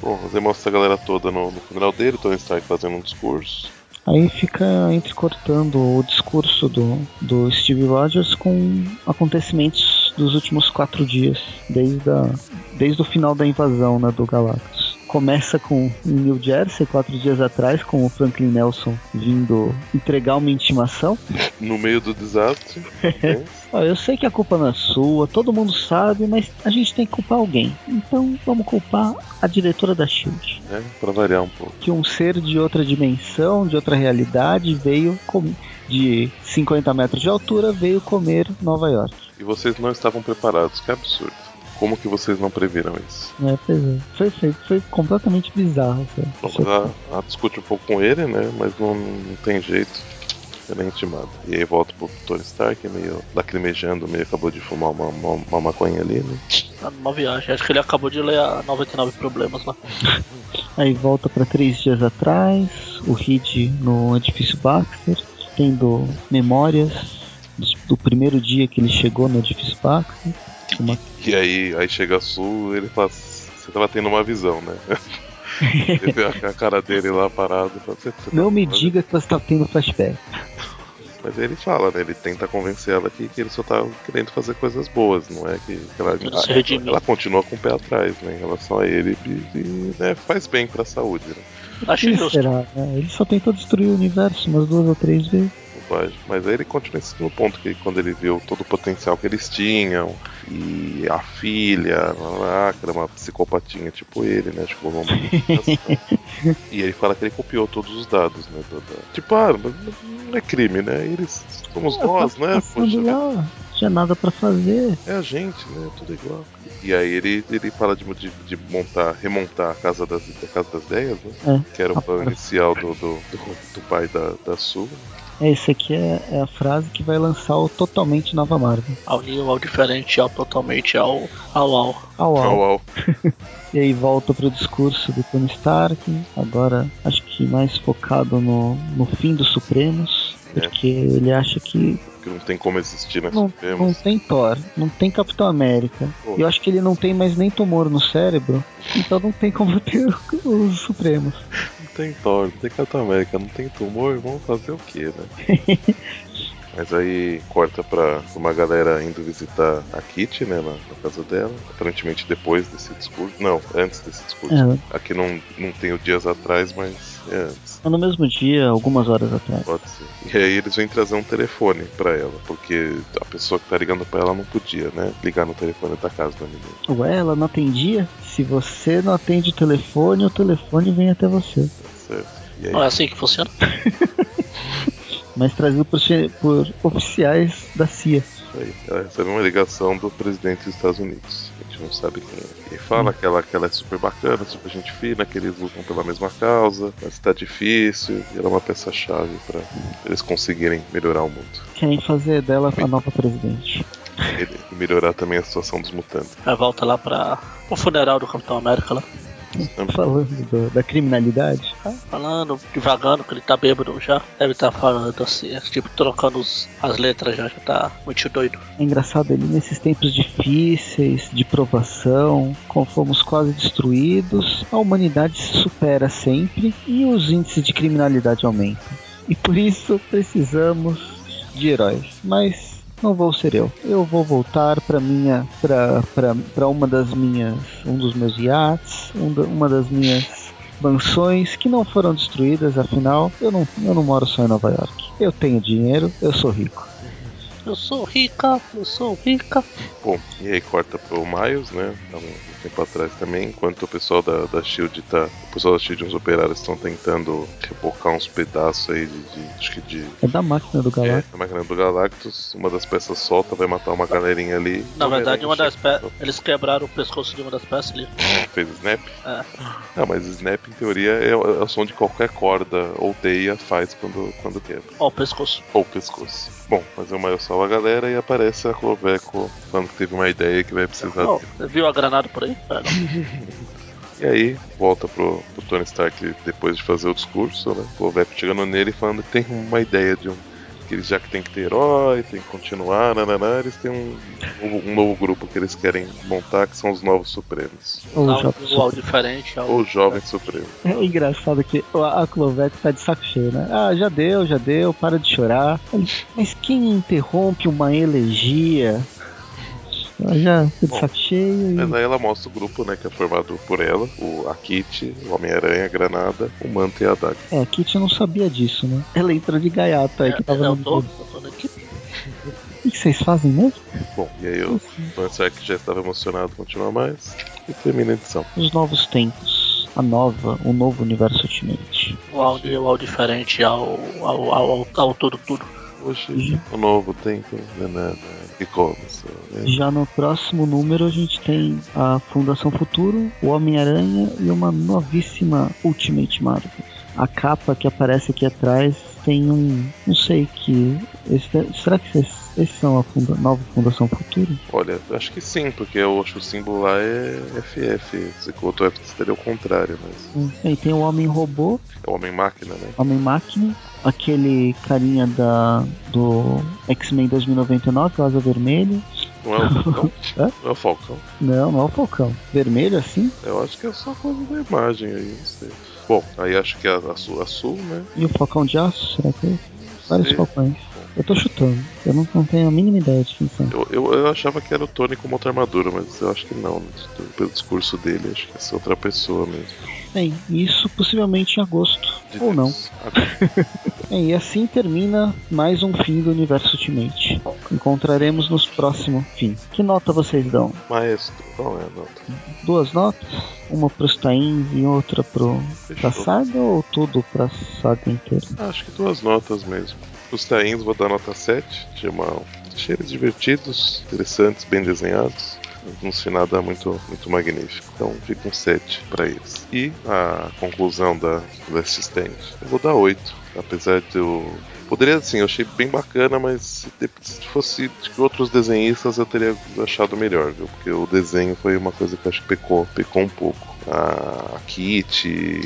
Speaker 5: Bom, mas aí mostra a galera toda no, no funeral dele, Tony Stark fazendo um discurso.
Speaker 4: Aí fica entrecortando o discurso do, do Steve Rogers com acontecimentos dos últimos quatro dias, desde, a, desde o final da invasão né, do Galactus. Começa com em New Jersey, quatro dias atrás, com o Franklin Nelson vindo entregar uma intimação.
Speaker 5: No meio do desastre, né?
Speaker 4: Ó, eu sei que a culpa não é sua, todo mundo sabe, mas a gente tem que culpar alguém. Então vamos culpar a diretora da Shield.
Speaker 5: né? Pra variar um pouco.
Speaker 4: que um ser de outra dimensão, de outra realidade, veio com- de 50 metros de altura, veio comer Nova York.
Speaker 5: E vocês não estavam preparados, que absurdo. Como que vocês não previram isso?
Speaker 4: É, pois é. Foi, foi, foi completamente bizarro. Foi.
Speaker 5: Bom, mas ela, ela discute um pouco com ele, né? Mas não, não tem jeito. Ela é intimada. E aí volta pro Tony Stark, é meio lacrimejando, meio acabou de fumar uma, uma, uma maconha ali, né?
Speaker 3: Tá numa viagem. Acho que ele acabou de ler a 99 Problemas lá.
Speaker 4: Aí volta para três dias atrás, o Reed no edifício Baxter, tendo memórias dos- do primeiro dia que ele chegou no edifício Baxter. Uma-
Speaker 5: E aí, aí chega a Sul ele fala. Você tava tendo uma visão, né? ele vê a, a cara dele lá parado. fala, "Cê- cê tá
Speaker 4: Não me
Speaker 5: tendo uma
Speaker 4: diga que você está tendo flashback.
Speaker 5: visão." Mas aí ele fala, né? Ele tenta convencer ela que, que ele só tá querendo fazer coisas boas, não é que, que ela,
Speaker 3: Quero se redimir.
Speaker 5: ela continua com o pé atrás, né? Em relação a ele e, e, né, faz bem pra saúde, né?
Speaker 3: Acho
Speaker 4: Ele
Speaker 3: justo.
Speaker 4: será, né? Ele só tentou destruir o universo umas duas ou três vezes.
Speaker 5: bobagem. Mas aí ele continua insistindo no ponto que quando ele viu todo o potencial que eles tinham, e a filha, lá, lá, lá, que era uma psicopatinha tipo ele, né? Acho que rolou uma identificação. E ele fala que ele copiou todos os dados, né? da- da- Tipo, ah, mas não é crime, né? Eles somos
Speaker 4: Ah,
Speaker 5: nós,
Speaker 4: tá
Speaker 5: né?
Speaker 4: passando
Speaker 5: Poxa,
Speaker 4: lá, não tinha nada pra fazer.
Speaker 5: é a gente, né? Tudo igual. E aí ele, ele fala de, de, de montar, remontar a casa das, a casa das ideias, né?
Speaker 4: É.
Speaker 5: Que era o plano inicial do, do, do, do pai da, da Sue.
Speaker 4: É, isso aqui é, é a frase que vai lançar o totalmente nova Marvel.
Speaker 3: Ao Neo, ao diferente, ao totalmente, ao ao. ao.
Speaker 4: Au, au.
Speaker 5: Au, au.
Speaker 4: E aí volta pro discurso do Tony Stark, agora acho que mais focado no, no fim dos Supremos,
Speaker 5: É.
Speaker 4: porque ele acha que
Speaker 5: que não tem como existir, né?
Speaker 4: não,
Speaker 5: Supremos.
Speaker 4: não tem Thor, não tem Capitão América,
Speaker 5: Pô.
Speaker 4: e eu acho que ele não tem mais nem tumor no cérebro, então não tem como ter os Supremos.
Speaker 5: Não tem Thor, não tem Capitão América, não tem tumor, vamos fazer o quê, né? Mas aí corta pra uma galera indo visitar a Kitty, né, na, na casa dela. Aparentemente depois desse discurso. Não, antes desse discurso.
Speaker 4: É.
Speaker 5: Aqui não, não tem o dias atrás, mas é antes.
Speaker 4: No mesmo dia, algumas horas atrás.
Speaker 5: Pode ser. E aí eles vêm trazer um telefone pra ela, porque a pessoa que tá ligando pra ela não podia, né? Ligar no telefone da casa da menina.
Speaker 4: Ué, ela não atendia? Se você não atende o telefone, o telefone vem até você.
Speaker 5: Tá certo. E aí
Speaker 3: Não é assim que funciona?
Speaker 4: Mas trazido por, che- por oficiais da CIA.
Speaker 5: Isso aí. Ela recebe uma ligação do presidente dos Estados Unidos. A gente não sabe quem é. E fala que, ela, que ela é super bacana, super gente fina, que eles lutam pela mesma causa, mas tá difícil. E ela é uma peça-chave pra eles conseguirem melhorar o mundo.
Speaker 4: Querem fazer dela a nova presidente.
Speaker 5: Ele- E melhorar também a situação dos mutantes.
Speaker 3: Aí volta lá pra. o funeral do Capitão América lá.
Speaker 4: Falando do- da criminalidade.
Speaker 3: Tá falando, divagando, que ele tá bêbado já. Deve estar falando assim, é, tipo, trocando os- as letras já, já tá muito doido.
Speaker 4: É engraçado ele nesses tempos difíceis, de provação, como fomos quase destruídos, a humanidade se supera sempre e os índices de criminalidade aumentam. E por isso precisamos de heróis. Mas não vou ser eu. Eu vou voltar para minha, para para uma das minhas, um dos meus iates, um da- uma das minhas mansões que não foram destruídas, afinal, eu não, eu não moro só em Nova York. Eu tenho dinheiro, eu sou rico.
Speaker 3: Eu sou rica, eu sou rica.
Speaker 5: Bom, e aí corta pro Miles, né? Há um, um tempo atrás também, enquanto o pessoal da, da Shield tá. O pessoal da Shield e os operários estão tentando rebocar uns pedaços aí de. de acho que de.
Speaker 4: É da máquina do Galáctico.
Speaker 5: É, a máquina do Galactus, uma das peças solta, vai matar uma galerinha ali.
Speaker 3: Na verdade, uma das
Speaker 5: peças.
Speaker 3: peças. Eles quebraram o pescoço de uma das peças ali.
Speaker 5: Fez snap?
Speaker 3: É.
Speaker 5: Não, mas snap, em teoria, é o, é o som de qualquer corda ou teia faz quando, quando quebra.
Speaker 3: Ó, o pescoço.
Speaker 5: Ou pescoço. Bom, mas o Mario salva a galera e aparece a Cloveco falando que teve uma ideia que vai precisar.
Speaker 3: Ó,
Speaker 5: dele.
Speaker 3: você viu a granada por aí? É, não.
Speaker 5: E aí, volta pro, pro Tony Stark depois de fazer o discurso, né? Cloveco chegando nele e falando que tem uma ideia de um. Que eles já que tem que ter herói, tem que continuar, nananá, eles têm um, um, um novo grupo que eles querem montar, que são os Novos Supremos.
Speaker 4: Ou
Speaker 3: Lá,
Speaker 4: Jovem
Speaker 3: o um ao diferente, ao...
Speaker 5: Ou Jovens Supremos.
Speaker 4: É engraçado que a a Cloveco tá de saco cheio, né? Ah, já deu, já deu, para de chorar. Ele, Mas quem interrompe uma elegia? Ela já tá de
Speaker 5: Bom,
Speaker 4: saco cheio e.
Speaker 5: Mas aí ela mostra o grupo, né, que é formado por ela, o a Kitty, o Homem-Aranha, a Granada, o Manta e a Daga.
Speaker 4: É, a Kitty não sabia disso, né? Ela entrou de gaiato aí que tava
Speaker 3: É, eu
Speaker 4: no.
Speaker 3: tô,
Speaker 4: O
Speaker 3: eu tô na equipe.
Speaker 4: que que vocês fazem mesmo?
Speaker 5: Bom, e aí o Tony Stark já estava emocionado, continua mais, e termina a edição.
Speaker 4: Os novos tempos. A nova, o novo universo Ultimate.
Speaker 3: O ao, o ao um diferente, ao, ao, ao, ao, ao tudo, tudo.
Speaker 5: Hoje, o novo tempo, né, né, né, que começou, né?
Speaker 4: Já no próximo número a gente tem a Fundação Futuro, o Homem-Aranha e uma novíssima Ultimate Marvel. A capa que aparece aqui atrás tem um. Não sei que. esse- é, será que esses, esses são a funda- nova Fundação Futuro?
Speaker 5: Olha, acho que sim, porque eu acho que o símbolo lá é FF, se o outro F seria o contrário, mas
Speaker 4: Hum. E tem o Homem-Robô,
Speaker 5: é o Homem-Máquina, né?
Speaker 4: Homem-Máquina, aquele carinha da, do X-Men 2099, o Asa Vermelha.
Speaker 5: Não é o Falcão?
Speaker 4: Hã?
Speaker 5: Não é o Falcão?
Speaker 4: Não, não é o Falcão. Vermelho assim?
Speaker 5: Eu acho que é só coisa da imagem aí, não sei. Bom, aí acho que a, a, Su- a Sul, né?
Speaker 4: E o Falcão de Aço? Será que é?
Speaker 5: Não
Speaker 4: Vários
Speaker 5: sei.
Speaker 4: Falcões.
Speaker 5: Bom,
Speaker 4: Eu tô chutando. Eu não, não tenho a mínima ideia de quem são.
Speaker 5: Eu, eu, eu achava que era o Tony com outra armadura, mas eu acho que não. né? Pelo discurso dele, acho que é outra pessoa mesmo.
Speaker 4: Bem, isso possivelmente em agosto.
Speaker 5: De
Speaker 4: Ou não.
Speaker 5: Deus. Agora,
Speaker 4: Bem, e assim termina mais um fim do Universo Ultimate. Encontraremos nos próximo fim. Que nota vocês dão?
Speaker 5: Maestro, qual é a nota?
Speaker 4: Duas notas? Uma pros Tains e outra pro, pra
Speaker 5: Fechou.
Speaker 4: saga ou tudo pra saga inteira?
Speaker 5: Ah, Acho que duas notas mesmo. Os tains vou dar nota 7. Achei uma... Achei eles divertidos, interessantes, bem desenhados. Um nada muito, muito magnífico. Então fica um 7 pra eles. E a conclusão da Last Stand. Eu vou dar 8. Apesar de eu. Poderia assim, eu achei bem bacana, mas se de- se fosse de outros desenhistas eu teria achado melhor, viu? Porque o desenho foi uma coisa que eu acho que pecou, pecou um pouco. A, a Kit, e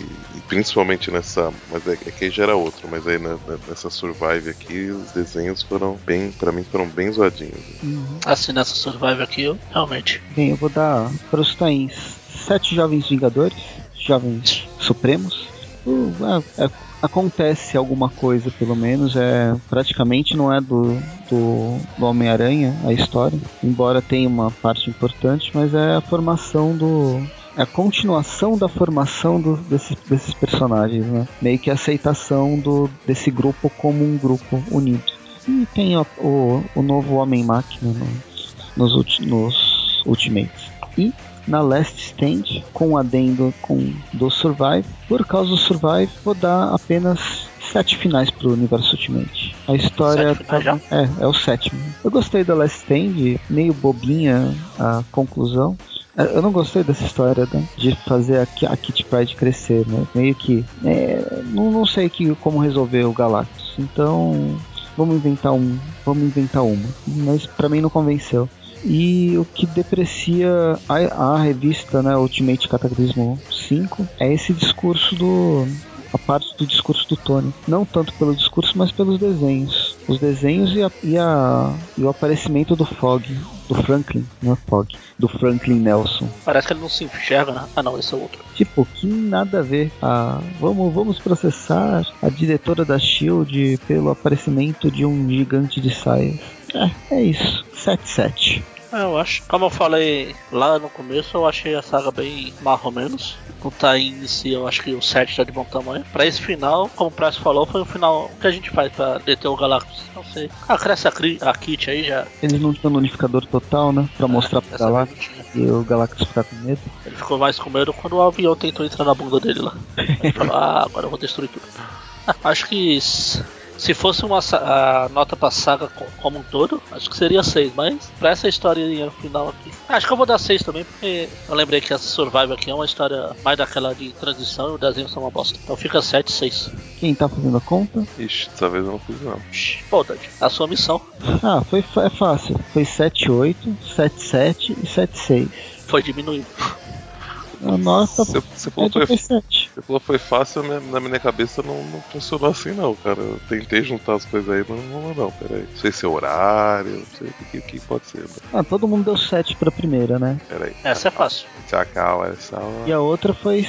Speaker 5: principalmente nessa. Mas é, é que aí já era outro, mas aí na- na- nessa Survive aqui, os desenhos foram bem. Pra mim foram bem zoadinhos.
Speaker 4: Uhum.
Speaker 3: Assim, nessa Survive aqui, eu realmente.
Speaker 4: Bem, eu vou dar pros Tains sete jovens Vingadores, jovens Supremos. Uh, é- é- acontece alguma coisa, pelo menos. É praticamente não é do, do, do Homem-Aranha a história, embora tenha uma parte importante, mas é a formação do. É a continuação da formação do- desses, desses personagens, né? Meio que a aceitação do, desse grupo como um grupo unido. E tem o, o, o novo Homem-Máquina no, nos, ulti- nos Ultimates. E na Last Stand, com o adendo com, do Survive, por causa do Survive, vou dar apenas sete finais pro universo Ultimate. A história
Speaker 3: Sete finais
Speaker 4: tava- é, é o sétimo. Eu gostei da Last Stand, meio bobinha a conclusão. Eu- Eu não gostei dessa história né, de fazer a, Ki- a Kit Pride crescer, né? Meio que. é, não, não sei que, como resolver o Galactus. Então, vamos inventar um, vamos inventar uma. Mas pra mim não convenceu. E o que deprecia a, a revista, né, Ultimate Cataclismo 5, é esse discurso do a parte do discurso do Tony, não tanto pelo discurso, mas pelos desenhos. Os desenhos e, a- e a- e o aparecimento do Fog, do Franklin, não é Fog, do Franklin Nelson.
Speaker 3: Parece que ele não se enxerga, né? Ah, não, esse é outro.
Speaker 4: Tipo, que nada a ver. Ah, vamos, vamos processar a diretora da Shield pelo aparecimento de um gigante de saias. É, é isso. 77.
Speaker 3: É, eu acho. Como eu falei lá no começo, eu achei a saga bem marro menos. O Tain em si, eu acho que o 7 tá de bom tamanho. Pra esse final, como o Price falou, foi o final. O que a gente faz pra deter o Galactus? Não sei. Ah, cresce a, cri- a kit aí já.
Speaker 4: Eles não tinham no unificador total, né? Pra mostrar pro
Speaker 3: Dessa vez não
Speaker 4: Galactus
Speaker 3: tinha.
Speaker 4: e o Galactus ficar com medo.
Speaker 3: Ele ficou mais com medo quando o avião tentou entrar na bunda dele lá. Ele falou, ah, agora eu vou destruir tudo. acho que s- se fosse uma sa- a nota pra saga co- como um todo, acho que seria 6, mas pra essa historinha final aqui. Acho que eu vou dar 6 também, porque eu lembrei que essa Survival aqui é uma história mais daquela de transição e o desenho são uma bosta. Então fica 7, 6.
Speaker 4: Quem tá fazendo a conta?
Speaker 5: Ixi, dessa vez eu não fiz não.
Speaker 3: Bom, Dante, a sua missão
Speaker 4: Ah, foi fa- é fácil. Foi 78, 77 e 76.
Speaker 3: foi diminuindo.
Speaker 4: A nota
Speaker 5: Você, você
Speaker 4: é
Speaker 5: falou
Speaker 4: de
Speaker 5: foi
Speaker 4: 77.
Speaker 5: Você falou foi fácil, na minha- na minha cabeça não, não funcionou assim não, cara. Eu tentei juntar as coisas aí, mas não rolou não, peraí. Não sei se é horário, não sei o que, o que pode ser, mas
Speaker 4: Ah, todo mundo deu 7 pra primeira, né?
Speaker 5: peraí.
Speaker 3: Essa é fácil.
Speaker 5: Tchau, é essa
Speaker 4: E
Speaker 5: hora.
Speaker 4: a outra foi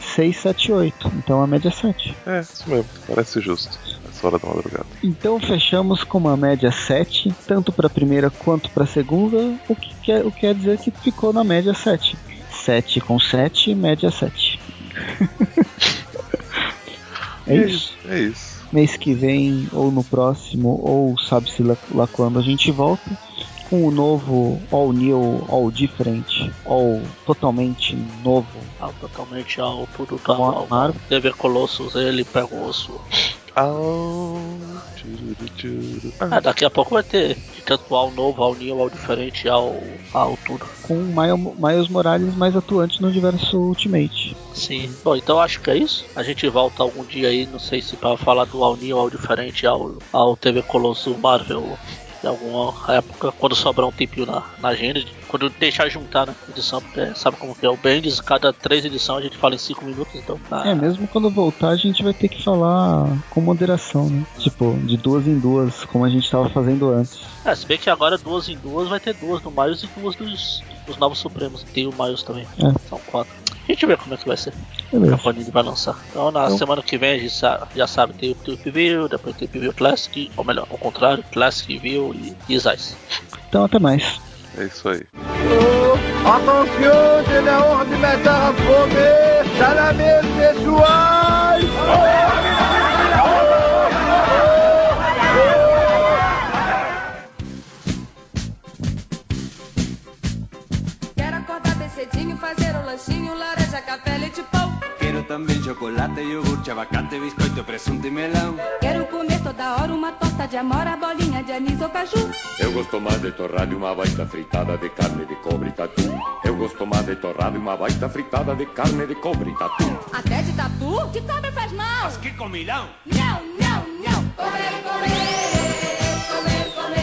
Speaker 4: 6, 7, 8. Então a média é 7.
Speaker 5: É, isso mesmo, parece justo. Essa hora da madrugada.
Speaker 4: Então fechamos com uma média 7, tanto para a primeira quanto para a segunda, o que quer, o que quer dizer que ficou na média 7. 7 com 7, média 7. é isso.
Speaker 5: É isso.
Speaker 4: Mês que vem, ou no próximo, ou sabe-se lá, lá quando a gente volta, com o novo All New, All Different, All Totalmente Novo.
Speaker 3: Ah, totalmente ao tudo
Speaker 4: Mar-
Speaker 3: tal. ao- TV Colossus, ele pega o osso.
Speaker 5: Au, tchururu, tchururu.
Speaker 3: Ah,
Speaker 5: Ah,
Speaker 3: daqui a pouco vai ter de tanto ao novo, ao new, ao diferente, ao, ao tudo.
Speaker 4: com o Miles Miles Morales mais atuante no universo Ultimate. Uhum.
Speaker 3: Sim. Bom, então acho que é isso. A gente volta algum dia aí, não sei se para falar do ao new, ao diferente, ao, ao TV Colosso Marvel. Em alguma época, quando sobrar um tempinho na, na agenda, quando deixar juntar né, edição, porque sabe como que é o Bendis, cada três edições a gente fala em cinco minutos, então. ah,
Speaker 4: É, mesmo quando voltar a gente vai ter que falar com moderação, né? Tipo, de duas em duas, como a gente tava fazendo antes.
Speaker 3: é, se bem que agora duas em duas vai ter duas do Miles e duas dos, dos Novos Supremos. Tem o Miles também.
Speaker 4: É.
Speaker 3: São quatro. A gente vê como é que vai ser.
Speaker 4: Beleza.
Speaker 3: A Panini vai lançar. Então na
Speaker 4: Então.
Speaker 3: semana que vem a gente sa- já sabe, tem o Tip View, depois tem o Tip View Classic, ou melhor, ao contrário, Classic View e Isais.
Speaker 4: Então até mais.
Speaker 5: É isso aí.
Speaker 6: Atenção, c'est la hora de mettre à fome. Tá na mesa, pessoal.
Speaker 7: Quero acordar bem cedinho, fazer um lanchinho, laranja, café, leite, pão.
Speaker 8: Quiero también chocolate, yogurte, abacate, biscoito, presunto y melón.
Speaker 7: Quero comer toda hora uma torta de amora, bolinha de anis ou caju.
Speaker 9: Eu gosto mais de torrada e uma baita fritada de carne de cobre tatu. Eu gosto mais de torrada e uma baita fritada de carne de cobre tatu.
Speaker 7: Até de tatu, que cobre faz mal.
Speaker 8: ¡Qué comilón!
Speaker 7: Não, não, não. Comer, comer, comer, comer.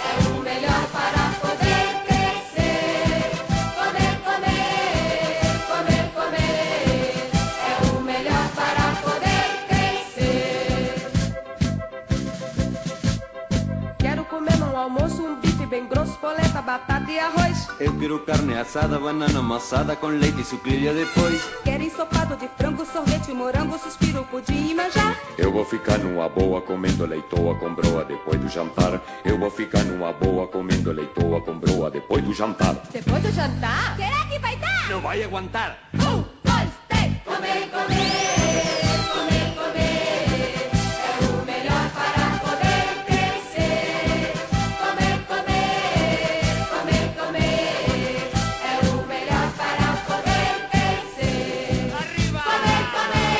Speaker 7: É o melhor para poder crescer. Comer, comer, comer, comer. É o melhor para poder crescer. Quero comer no almoço um bife bem grosso, polenta, batata e arroz.
Speaker 8: Eu quiero carne asada, banana amasada con leite y sucrilha después.
Speaker 7: Quero ensopado de frango, sorvete, morango, suspiro, pudim e manjar.
Speaker 9: Eu vou ficar numa boa comendo leitoa com broa depois do jantar. Eu vou ficar numa boa comendo leitoa com broa depois do jantar.
Speaker 7: Depois do jantar, será que vai dar?
Speaker 8: No vaya a aguantar.
Speaker 7: Um, dois, três. Comer, comer, comer, comer. É o melhor para poder crescer. Comer, comer, comer, comer. É o melhor para poder crescer. Arriba! Comer, comer,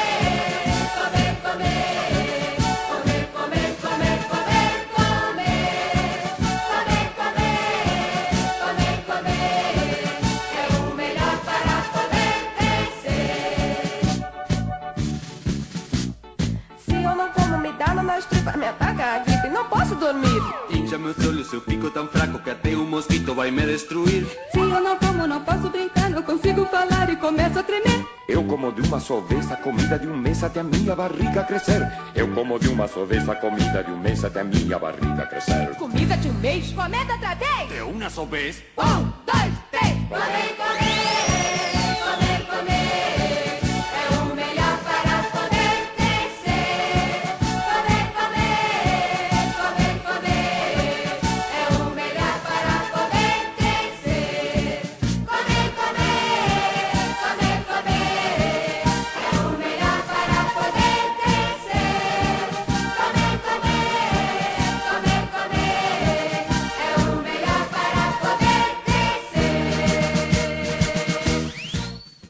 Speaker 7: comer, comer. Comer, comer, comer, comer, comer. Comer, comer, comer, comer. É o melhor para poder crescer. Se eu não como, me dá nas tripas, me ataca a gripe, não posso dormir.
Speaker 8: Hincha meus olhos, seu pico tan fraco que até un mosquito vai me destruir.
Speaker 7: Se eu não como, não posso brincar, não consigo falar e começo a tremer.
Speaker 9: Eu como de uma só vez a comida de um mês até a minha barriga crescer. Eu como de uma só vez a comida de um mês até a minha barriga crescer.
Speaker 7: Comida de um mês, comenta outra vez.
Speaker 8: De una só vez.
Speaker 7: Um, dois, três. Comer, comer,